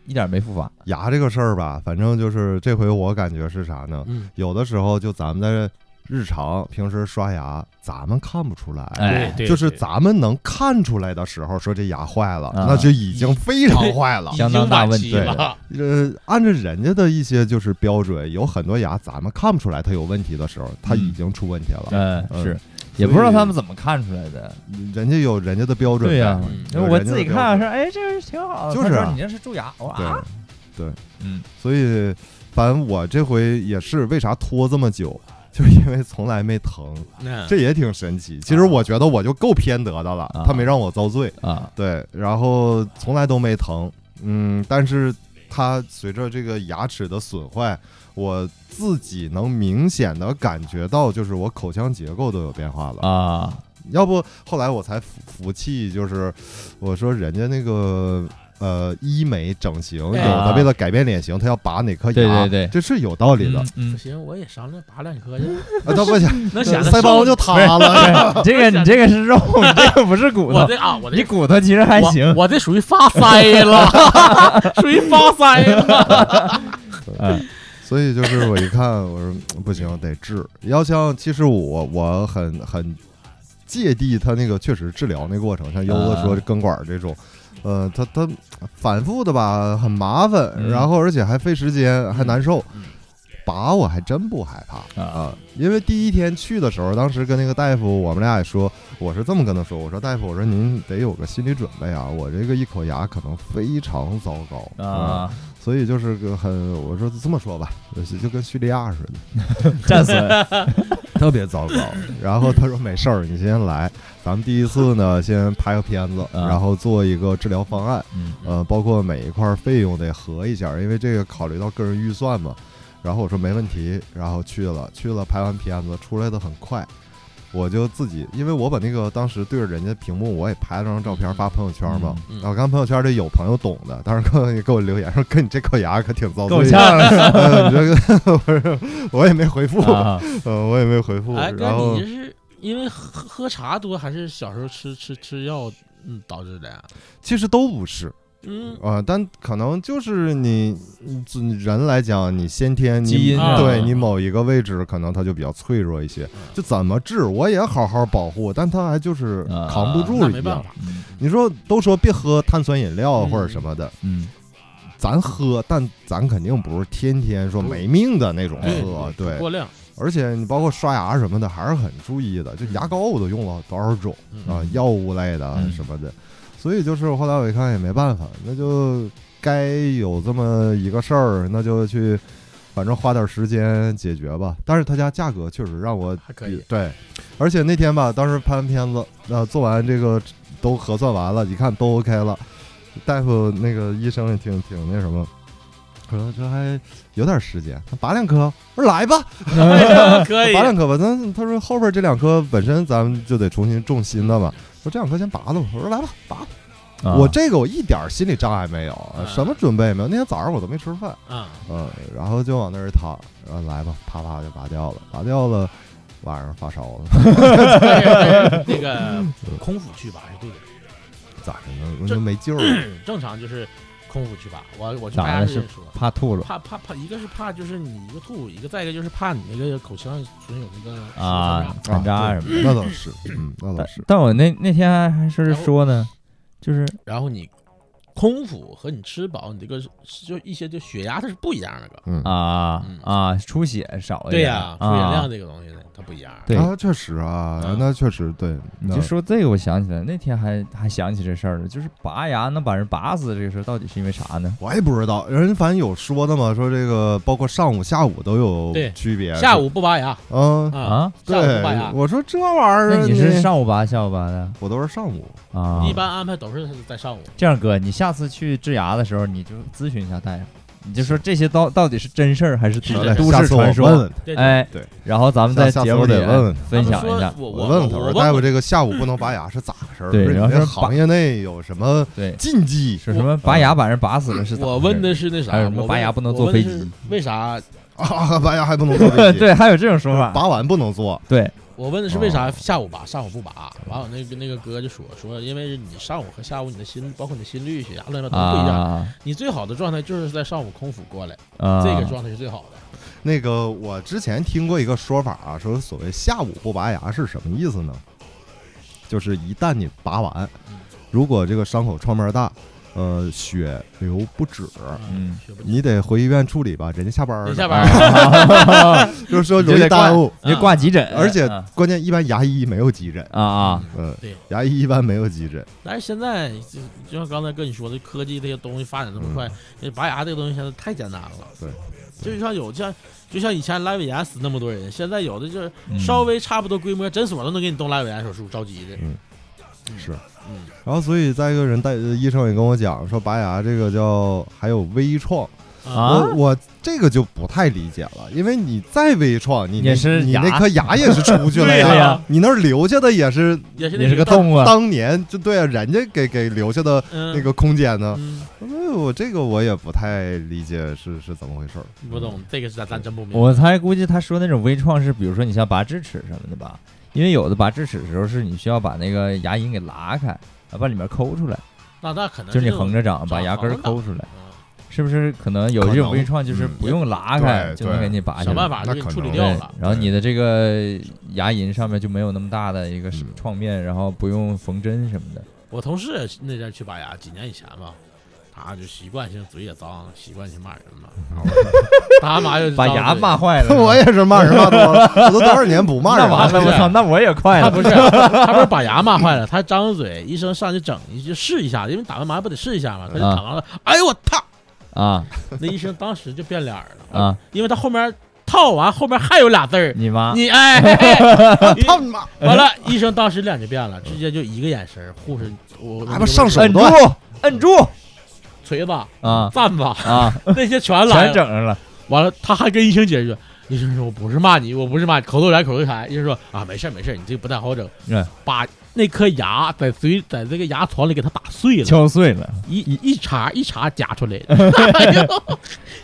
一点没复发。
牙这个事儿吧，反正就是这回我感觉是啥呢？
嗯，
有的时候就咱们在日常平时刷牙，咱们看不出来。
嗯
哎
对
就是咱们能看出来的时候，说这牙坏了，
啊
那就已经非常坏了
已。
相
经
当大
晚
问
期
题
了。
呃，按照人家的一些就是标准，有很多牙咱们看不出来它有问题的时候，它已经出问题了。
嗯，
嗯
是，
以
也不知道他们怎么看出来的。
嗯人家有人家的标准呗，
对呀
嗯
因
有
为我
人家
自
的
己
标
看
准
说，哎，这是挺好的。
就是
他说
啊
你这是蛀牙，我说
对
啊，
对，
嗯，
所以反正我这回也是为啥拖这么久，就是因为从来没疼，
嗯那
这也挺神奇。其实我觉得我就够偏得的了
啊，
他没让我遭罪，
啊，
对，然后从来都没疼，嗯，但是它随着这个牙齿的损坏，我自己能明显的感觉到，就是我口腔结构都有变化了。
啊，
要不后来我才服服气，就是我说人家那个呃医美整形，有
哎
的为了改变脸型，他要拔哪颗牙，
啊对对对
这是有道理的。
嗯
不，行，我也商量拔两颗去，
啊，他 不行，
那显得
腮帮
瘦
子就塌了。
嗯 这个你这个是肉，你这个不是骨
我
头，
这啊，我这
你骨头其实还
我
行。
我这属于发腮了， 属于发腮了。
嗯
所以就是我一看，我说嗯不行，得治。要像其实我我很很芥蒂他那个确实治疗那过程，像优子说
啊
根管 这种。呃，他他反复的吧，很麻烦，
嗯
然后而且还费时间，还难受。
嗯
拔我还真不害怕，
啊，
啊，因为第一天去的时候，当时跟那个大夫，我们俩也说，我是这么跟他说，我说大夫，我说您得有个心理准备啊，我这个一口牙可能非常糟糕
啊，
嗯所以就是个很，我说这么说吧，就是就跟叙利亚似 的，
战 损，
特别糟糕。然后他说没事儿，你先来，咱们第一次呢，先拍个片子，
啊
然后做一个治疗方案，
嗯
呃，包括每一块费用得合一下，因为这个考虑到个人预算嘛。然后我说没问题，然后去了，去了拍完片子出来的很快，我就自己，因为我把那个当时对着人家屏幕，我也拍了张照片发朋友圈嘛。
嗯嗯
然后看朋友圈里有朋友懂的，当时给我给我留言说：“哥，你这口牙可挺遭罪
够
的。
呛了
呃你这个 我说我也没回复，
啊，
呃，我也没回复。
哎，
然
哥，
后
你这是因为喝喝茶多，还是小时候吃吃吃药嗯导致的呀？
其实都不是
嗯，
啊、呃但可能就是你你人来讲，你先天你
基因啊
上
对
啊
你某一个位置，可能它就比较脆弱一些。就怎么治，我也好好保护，但它还就是
啊
扛不住
那没
一样
办。法，
你说都说别喝碳酸饮料
嗯
或者什么的，
嗯，
咱喝，但咱肯定不是天天说没命的那种
哎对
喝，对。
过量。
而且你包括刷牙什么的，还是很注意的。就牙膏我都用了多少种
嗯
啊，药物类的
嗯
什么的，所以就是后来我一看也没办法，那就该有这么一个事儿，那就去，反正花点时间解决吧。但是他家价格确实让我
还可以
对，而且那天吧，当时拍完片子，呃，做完这个都核算完了，一看都 OK 了，大夫那个医生也挺挺那什么。我说这还有点时间，拔两颗。我说来吧，
哎
可以
拔两颗吧。那他说后边这两颗本身咱们就得重新种新的嘛。我说这两颗先拔了吧。我说来吧，拔吧。
啊
我这个我一点儿心理障碍没有，
嗯
什么准备也没有。那天早上我都没吃饭，
啊，
嗯，然后就往那儿一躺，然后来吧，啪啪就拔掉了，拔掉了，晚上发烧了，
那个空腹去拔是对的，嗯
咋的呢？那就没救了。
正常就是空腹去拔。我我去
咋
拔牙
了
之前
是
说，
怕吐了
怕怕怕，一个是怕就是你一个吐，一个再一个就是怕你那个口腔存有那个
啊，
啊
残渣什么的。
对那倒是，嗯，那倒
但
是。
但我那那天还还是
然后
说呢，就是
然后你空腹和你吃饱，你这个就一些就血压它是不一样的。哥
嗯
啊
嗯
啊，出血少一
对
点
呀，出血
啊
量这个东西呢，它不一样。
对
啊，确实啊
嗯，
那确实对。
你
那
就说这个，我想起来那天还还想起这事儿了，就是拔牙能把人拔死这个事儿，到底是因为啥呢？
我也不知道，人反正有说的嘛，说这个包括上午、下午都有
对
区别。
下午不拔牙
嗯，
啊，
啊？
下午不拔
对，
牙。
我说这玩意儿，
那你是上午拔下午拔的
我都是上午，
啊？
一般安排都是在上午，
这样哥，你下次去治牙的时候，你就咨询一下大夫，你就说这些到到底是真事儿还是
是
都
的
都
呃下
市
次我
传
问
说？
问他
对，
哎，
对，
然后咱们在
下
节
下次
目
我
里
得问问
分享一下
他们，说我
我问问他，我
我
说大夫，这个下午不能拔牙是咋回事儿？
对
不是
然后
你们
说拔
行业内有什么
对，
禁忌？
是什么拔牙把人拔死了是咋回事？
我问的是那啥，
还有什么
我
拔牙
问
不能
我
坐
问
飞
的是
机
为啥
啊，拔牙还不能做 飞 机
对，还有这种说法，
拔完不能做，
对，
我问的是为啥
哦
下午拔，上午不拔？完我那个那个哥就说说，因为你上午和下午你的心，包括你的心率、血压乱七八糟都不一样。
啊
你最好的状态就是在上午空腹过来，
啊，
这个状态是最好的。
那个我之前听过一个说法啊，说所谓下午不拔牙是什么意思呢？就是一旦你拔完
嗯，
如果这个伤口创面大，呃，血流不止，
嗯，
学不
你得回医院处理吧，人家下班儿
你
了，
下班儿了
就是说
啊
容
你
易
得挂
耽误，
你就挂急诊，
而且
啊
关键一般牙医没有急诊，
啊，
嗯，
对。
牙医一般没有急诊，
但是现在就就像刚才跟你说的，科技这些东西发展这么
嗯
快，这拔牙这个东西现在太简单了。
对，
就像有像就像以前阑尾炎死那么多人，现在有的就是
嗯
稍微差不多规模，诊所都能给你动阑尾炎手术，着急的。
是。
嗯，
然后所以再一个人带呃医生也跟我讲说，拔牙这个叫还有微创，
啊
我我这个就不太理解了，因为你再微创，你
也是
你
牙
那颗牙也是 出去了
对呀
你那儿留下的也是
也是那
也是个
大
动物啊，
当年就对啊，人家给给留下的
嗯
那个空间呢。
嗯，
哎我这个我也不太理解是是怎么回事 儿，
不懂这个是咱咱真不明白。
我猜估计他说那种微创是，比如说你像拔智齿什么的吧，因为有的拔智齿的时候是你需要把那个牙龈给拉开，啊，把里面抠出来，
那那可能
就是你
这种
横着长，把
长
牙根儿
长的
抠出来，
嗯
是不是？可能有
可
这种
能
微创就是
嗯
不用拉开
对
就能
对
给你拔下
想
来
办。法就
那
给你
可
处理
能
对
掉了，。
然后你的这个牙龈上面就没有那么大的一个
嗯
创面，然后不用缝针什么的。
我同事那阵儿去拔牙，几年以前吧，他就习惯性嘴也脏，习惯性骂人嘛，他 妈就
把牙骂，坏 了。
我也是骂人骂多了，我都多少年不骂
那
人
完
了，
了，我操，那我也快了。
他啊 不是他不是把牙骂坏了，他张着嘴，医生上去整一就试一下，因为打完麻药不得试一下嘛，他就
啊
躺上了，哎呦我操！
啊
那医生当时就变脸儿了，
啊！
因为他后面套完后面还有俩字儿，
你妈
你哎，嘿 嘿
他们妈
完了，医生当时脸就变了，直接就一个眼神儿，护士我
还不上手
摁住
段
摁住
锤子
啊
赞吧，
啊！
那些全
全
来了。
整上了。
完了，他还跟医生解释，医生说我不是骂你，我不是骂你，口头禅口头禅。医生说啊，没事儿没事儿，你这个不太好整，
嗯
把那颗牙在嘴在这个牙床里给它打碎了，
敲碎了，
一一茬一茬夹出来的。 哎呦，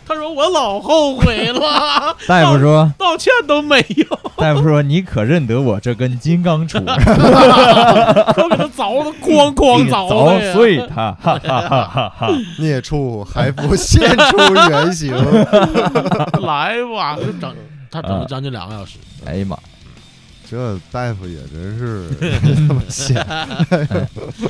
他说我老后悔了，
大夫说，
道歉都没有，
大夫说：“你可认得我这根金刚杵，
说给他凿的咣咣
你
凿的
凿
呀
碎它，哈哈哈哈哈！
孽畜还不现出 原形，
来吧，就整他整了
啊
将近两个小时，
哎 呀妈，
这大夫也 真是他妈闲。
也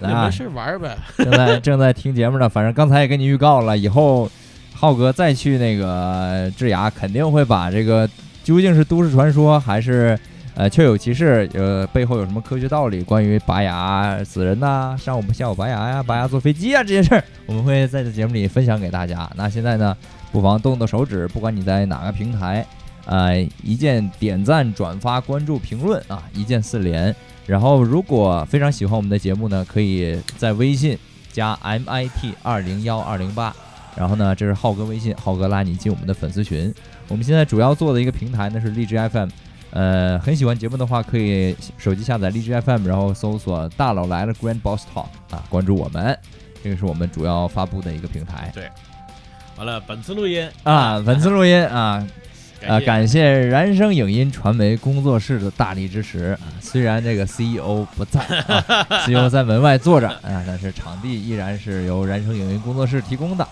来
没
啊，
事儿玩儿呗。
正在正在听节目呢，反正刚才也跟你预告了，以后浩哥再去那个治牙，肯定会把这个究竟是都市传说还是呃确有其事，呃背后有什么科学道理，关于拔牙死人呐、上午不下午拔牙呀、拔牙坐飞机啊这些事儿，我们会在这节目里分享给大家。那现在呢，不妨动动手指，不管你在哪个平台。呃，一键点赞、转发、关注、评论啊，一键四连。然后，如果非常喜欢我们的节目呢，可以在微信加 MIT 二零幺二零八。然后呢，这是浩哥微信，浩哥拉你进我们的粉丝群。我们现在主要做的一个平台呢是荔枝 FM。呃，很喜欢节目的话，可以手机下载荔枝 FM，然后搜索“大佬来了 Grand Boss Talk” 啊，关注我们。这个是我们主要发布的一个平台
完了，本次录音
啊，文字录音啊，啊，
谢
感谢燃声影音传媒工作室的大力支持啊！
嗯
虽然这个 CEO 不在、啊、，CEO 在门外坐着啊，但是场地依然是由燃声影音工作室提供的。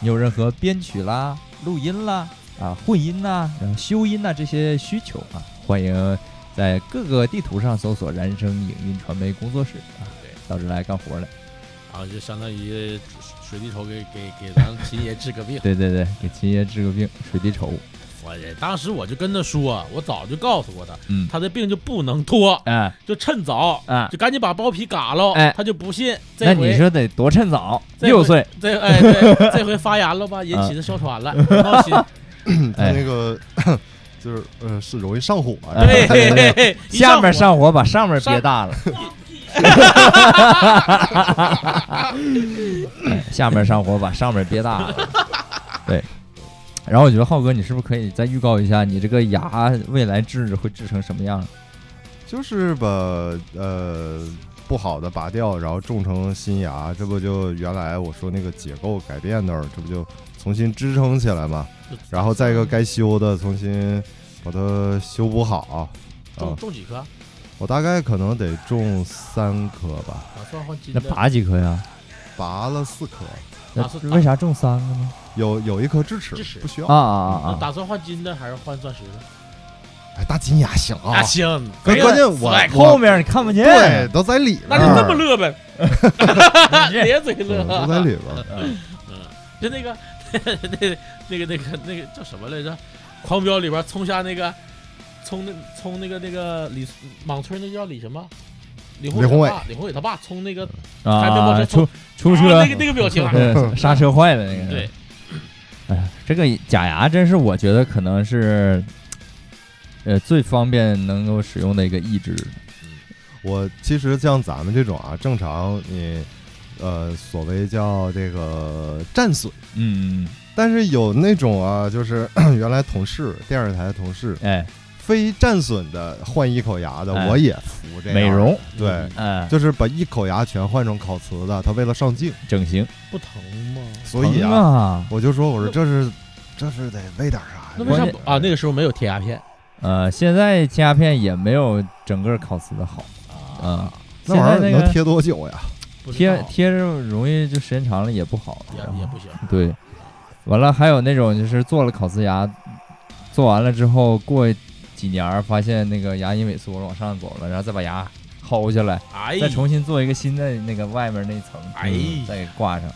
你有任何编曲啦、录音啦、啊混音呐、然后修音呐、这些需求啊，欢迎在各个地图上搜索燃声影音传媒工作室啊
对，
到这来干活来。
然啊后就相当于水滴筹给给给咱秦爷治个病。
对对对，给秦爷治个病，水滴筹。
我也当时我就跟他说，我早就告诉过他，
嗯，
他的病就不能拖，
哎
就趁早，
哎，
就赶紧把包皮嘎喽。
哎
他就不信。这
那
回
你说得多趁早，
这回
六岁。啊
这哎对，这回发炎了吧，引起的哮喘了，不放 心。
他
哎
那个 就是呃是容易上火啊，
哎
对嘿嘿嘿，一
下面
火
上火把上面
上
憋大 了，哎下面上火把上面憋大 了，对。然后我觉得浩哥，你是不是可以再预告一下，你这个牙未来治会治成什么样？
就是把呃不好的拔掉，然后种成新牙，这不就原来我说那个结构改变那儿，这不就重新支撑起来嘛？然后再一个该修的重新把它修补好，
种
哦
啊
种几颗？
我大概可能得种三颗吧，
打算换金
那
的？
拔几颗呀？
拔了四颗，
那
打算
为啥种三个呢？
有有一颗智齿
智齿
不需要
啊。啊啊
那
啊！
打算换金的还是换钻石的？
哎，大金牙行啊，
行，
关关键我
哎
我
后面你看不见，
对都在里边
那
儿，
就这么乐呗，
啊你
咧嘴
嗯都
乐。啊
在里边儿。
就那个 那个那个那个那个叫什么来着？狂飙里边冲下那个冲那冲那个那个李莽村那叫李什么？李
李宏
伟
伟
他爸，李宏伟他爸冲那个
这
开面包车
啊，
冲
出出车
啊那个那个表情啊，
对，刹车坏了那个。
对，
哎呀，这个假牙真是我觉得可能是，呃，最方便能够使用的一个义肢。
我其实像咱们这种啊，正常你呃所谓叫这个战损，
嗯，
但是有那种啊，就是 原来同事电视台的同事，
哎，
非战损的换一口牙的，
哎
我也服这样
美容，
对。
哎，
就是把一口牙全换成烤瓷的，他为了上镜，
整形，
不疼吗？
所以
疼
啊，
啊，
我就说我说这是这是得喂点啥
那为啥
呀？
关键
不啊？那个时候没有贴牙片
呃，现在切牙片也没有整个烤瓷的好啊，
那玩
现在
意儿
那个
能贴多久呀？
不知
贴
道
贴着容易就时间长了也不好，然后
也也不行。
对，完了还有那种就是做了烤瓷牙，做完了之后过几年儿发现那个牙龈萎缩了往上走了，然后再把牙薅下来，
哎，
再重新做一个新的那个外面那层，
哎
嗯再给挂上。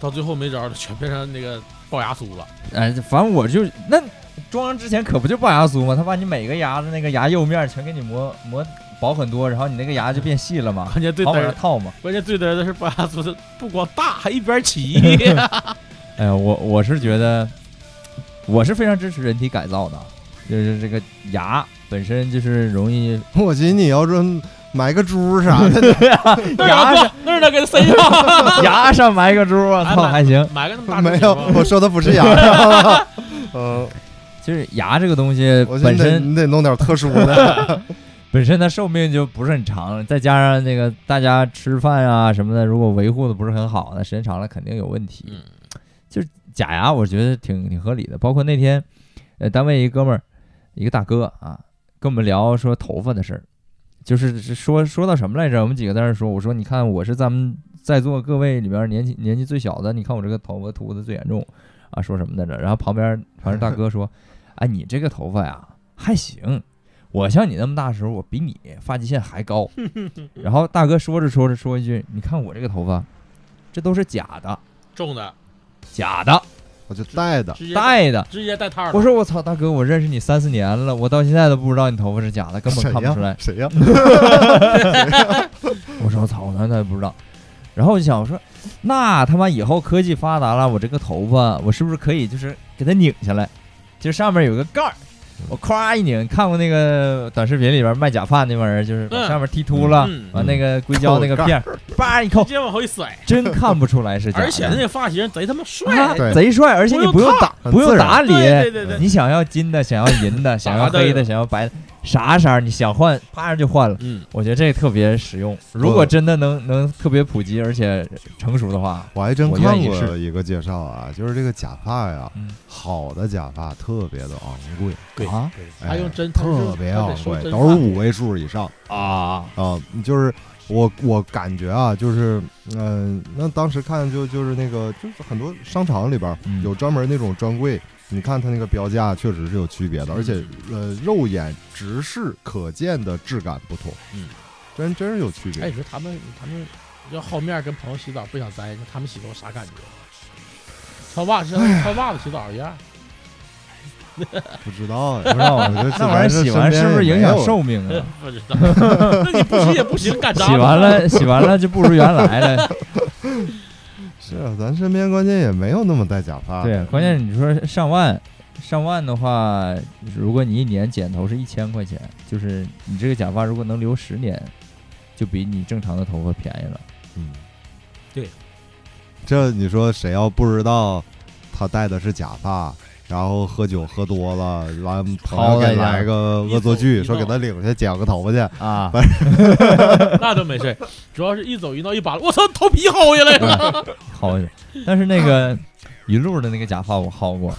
到最后没招了，全变成那个龅牙酥了。
哎，反正我就那装上之前可不就龅牙酥吗？他把你每个牙的那个牙釉面全给你磨磨薄很多，然后你那个牙就变细了嘛，
关键最
好
嘚
往上
儿，
套嘛。
关键最嘚儿的是龅牙酥，不光大，还一边齐。
哎呀，我我是觉得，我是非常支持人体改造的，就是这个牙本身就是容易
我寻思你要说买个猪 啥的，
那儿呢，那儿呢，给他塞上。
牙上埋个珠，我
哎
操，还行。
买个那么大
没
的
有
球，
我说的不是牙，知道吗嗯，
就是牙这个东西
我
呃
寻
本
思得
身
你得弄点特 殊的，
本身它寿命就不是很长，再加上那个大家吃饭啊什么的，如果维护的不是很好，那时间长了肯定有问题。
嗯
就是假牙，我觉得挺挺合理的。包括那天，呃，单位一哥们儿，一个大哥啊，跟我们聊说头发的事儿，就是是说说到什么来着？我们几个在那儿说，我说你看我是咱们在座各位里边年纪年纪最小的，你看我这个头发秃的最严重啊，说什么来着？然后旁边反正大哥说，哎，你这个头发呀还行。我像你那么大的时候，我比你发际线还高。然后大哥说着说着说一句：“你看我这个头发，这都是假的，
中的，
假的。”
我就带的。
直接
带的。
直接带套儿
我
的。
说我操，大哥，我认识你三四年了，我到现在都不知道你头发是假的，根本
谁
看不
呀
出来？。嗯
谁呀？
我说我操，我难道也不知道？然后我就想，我说那他妈以后科技发达了，我这个头发我是不是可以就是给它拧下来，就是上面有个盖儿，
嗯
我咵一拧。看过那个短视频里边卖假发那帮人，就是把
嗯
上面剃秃了，
嗯
完那个硅胶那个片儿，叭一扣
直，接往后一甩，
真看不出来是假的。
而且那个发型贼他妈帅，
啊
对
贼帅，而且你不用打，
不用
不用
烫
打
对
理，
对对对，
你想要金的，想要银的，想要黑的，想要白的，啥色儿你想换，啪就换了。
嗯，
我觉得这个特别实用。如果真的能能特别普及而且成熟的话，
我还真
我
看
愿意
过
试
一个介绍啊，就是这个假发呀
嗯，
好的假发特别的昂贵，
对
啊
哎
他用真他是
特别
他得
昂
说
贵，
真
都是
话
五位数以上
啊，
啊。就是我我感觉啊，就是嗯、那当时看就就是那个就是很多商场里边儿
嗯
有专门那种专柜，你看它那个标价确实是有区
嗯
别的，而且呃肉眼直视可见的质感不同，
嗯，
真真是有区别。
哎，你说他们他们要好面儿跟朋友洗澡不想栽，那他们洗头啥感觉？穿袜子穿袜子洗澡一样，
不知道
不
哎，
知道啊
我就
那玩意儿洗完是不是影响寿命啊？
不知道。那你不洗也不行，干啥？
洗完，了，洗完了就不如原来了。
是啊，咱身边关键也没有那么戴假发。
对，关键你说上万，上万的话，如果你一年剪头是一千块钱，就是你这个假发如果能留十年，就比你正常的头发便宜了。
嗯，
对。
这你说谁要不知道他戴的是假发，然后喝酒喝多了，完朋友给来个恶作剧，
一走
说
一闹
给他领去剪个头发去，
啊，
那都没事儿，主要是一走一闹一扒拉，我操，头皮薅下来了。
好，但是那个云路的那个假发我薅过，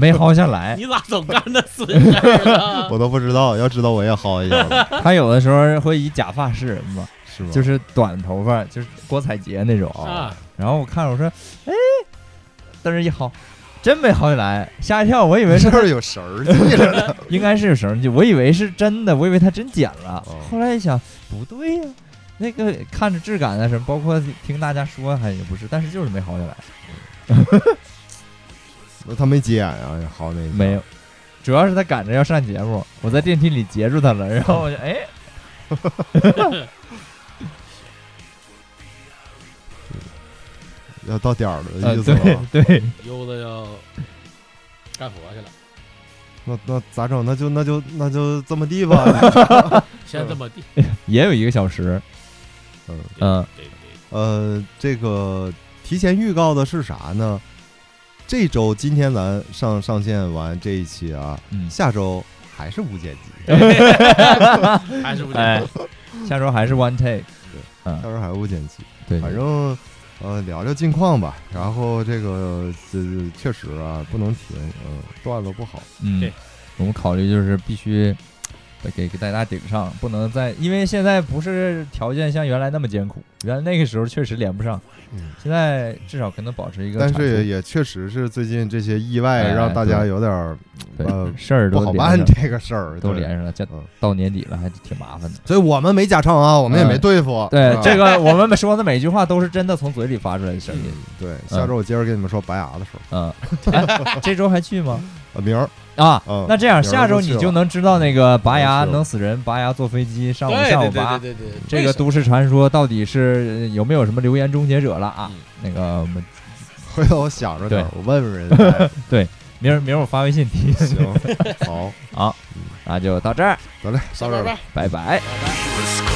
没薅下来。
你咋总干那损事儿 啊？
我都不知道，要知道我也薅一下了，
他有的时候会以假发示人嘛，
是吗？
就是是短头发，就是郭采洁那种。
啊，
然后我看着我说，哎，但是一薅，真没薅下来，吓一跳，我以为是
这 儿有绳儿系着呢。
应该是有绳儿系，我以为是真的，我以为他真剪了
哦。
后来一想，不对呀、那个看着质感啊什么，包括听大家说还也不是，但是就是没薅下来，
那 他没急眼啊，薅那一下
没有。主要是他赶着要上节目，我在电梯里截住他了，然后我就哎，
要到点儿
呃
了，意思
对
了。啊
对，
悠子要干活去了，
那那咋整？那就那就那就这么地吧。
先这么地，
也有一个小时，
嗯
嗯
对对
呃，这个提前预告的是啥呢？这周今天咱上上线完这一期啊，
嗯，
下周还是无剪辑，
对，还是不
哎
行。，
下周还是 one take，
下周还是无剪辑。
对，
反正呃聊聊近况吧。然后这个这这确实啊不能停，嗯、段子不好，
嗯
对，
我们考虑就是必须得给给大家顶上，不能再因为现在不是条件像原来那么艰苦，原来那个时候确实连不上，
嗯。
现在至少可能保持一个
但
产出，
是也也确实是最近这些意外
哎
让大家
对
有点儿
对、
呃
事儿
不
都
好
连
办
上
这个事儿，
都
对
连上了，这
嗯
到年底了还挺麻烦的。
所以我们没假唱啊，我们也没
嗯
对付。
对
是，吧
这个我们说的每句话都是真的从嘴里发出来的声音
嗯。对，下周我接着跟你们说白牙的事儿。
嗯，哎这周还去吗？
呃，明儿
啊
嗯，
那这样
有人
下
都
周
去
你就
了
能知道那个拔牙
有人去了
能死人，拔牙坐飞机上午
对
下午
对
拔
对对对对，
这个都市传说到底是呃有没有什么流言终结者了啊
嗯？
那个我们
回头我想着点儿，
对
我问问人家。
明儿明儿我发微信提醒
行，好，
啊，那就到这儿，
得嘞，
到
到这儿吧。
吧。
拜拜。
He was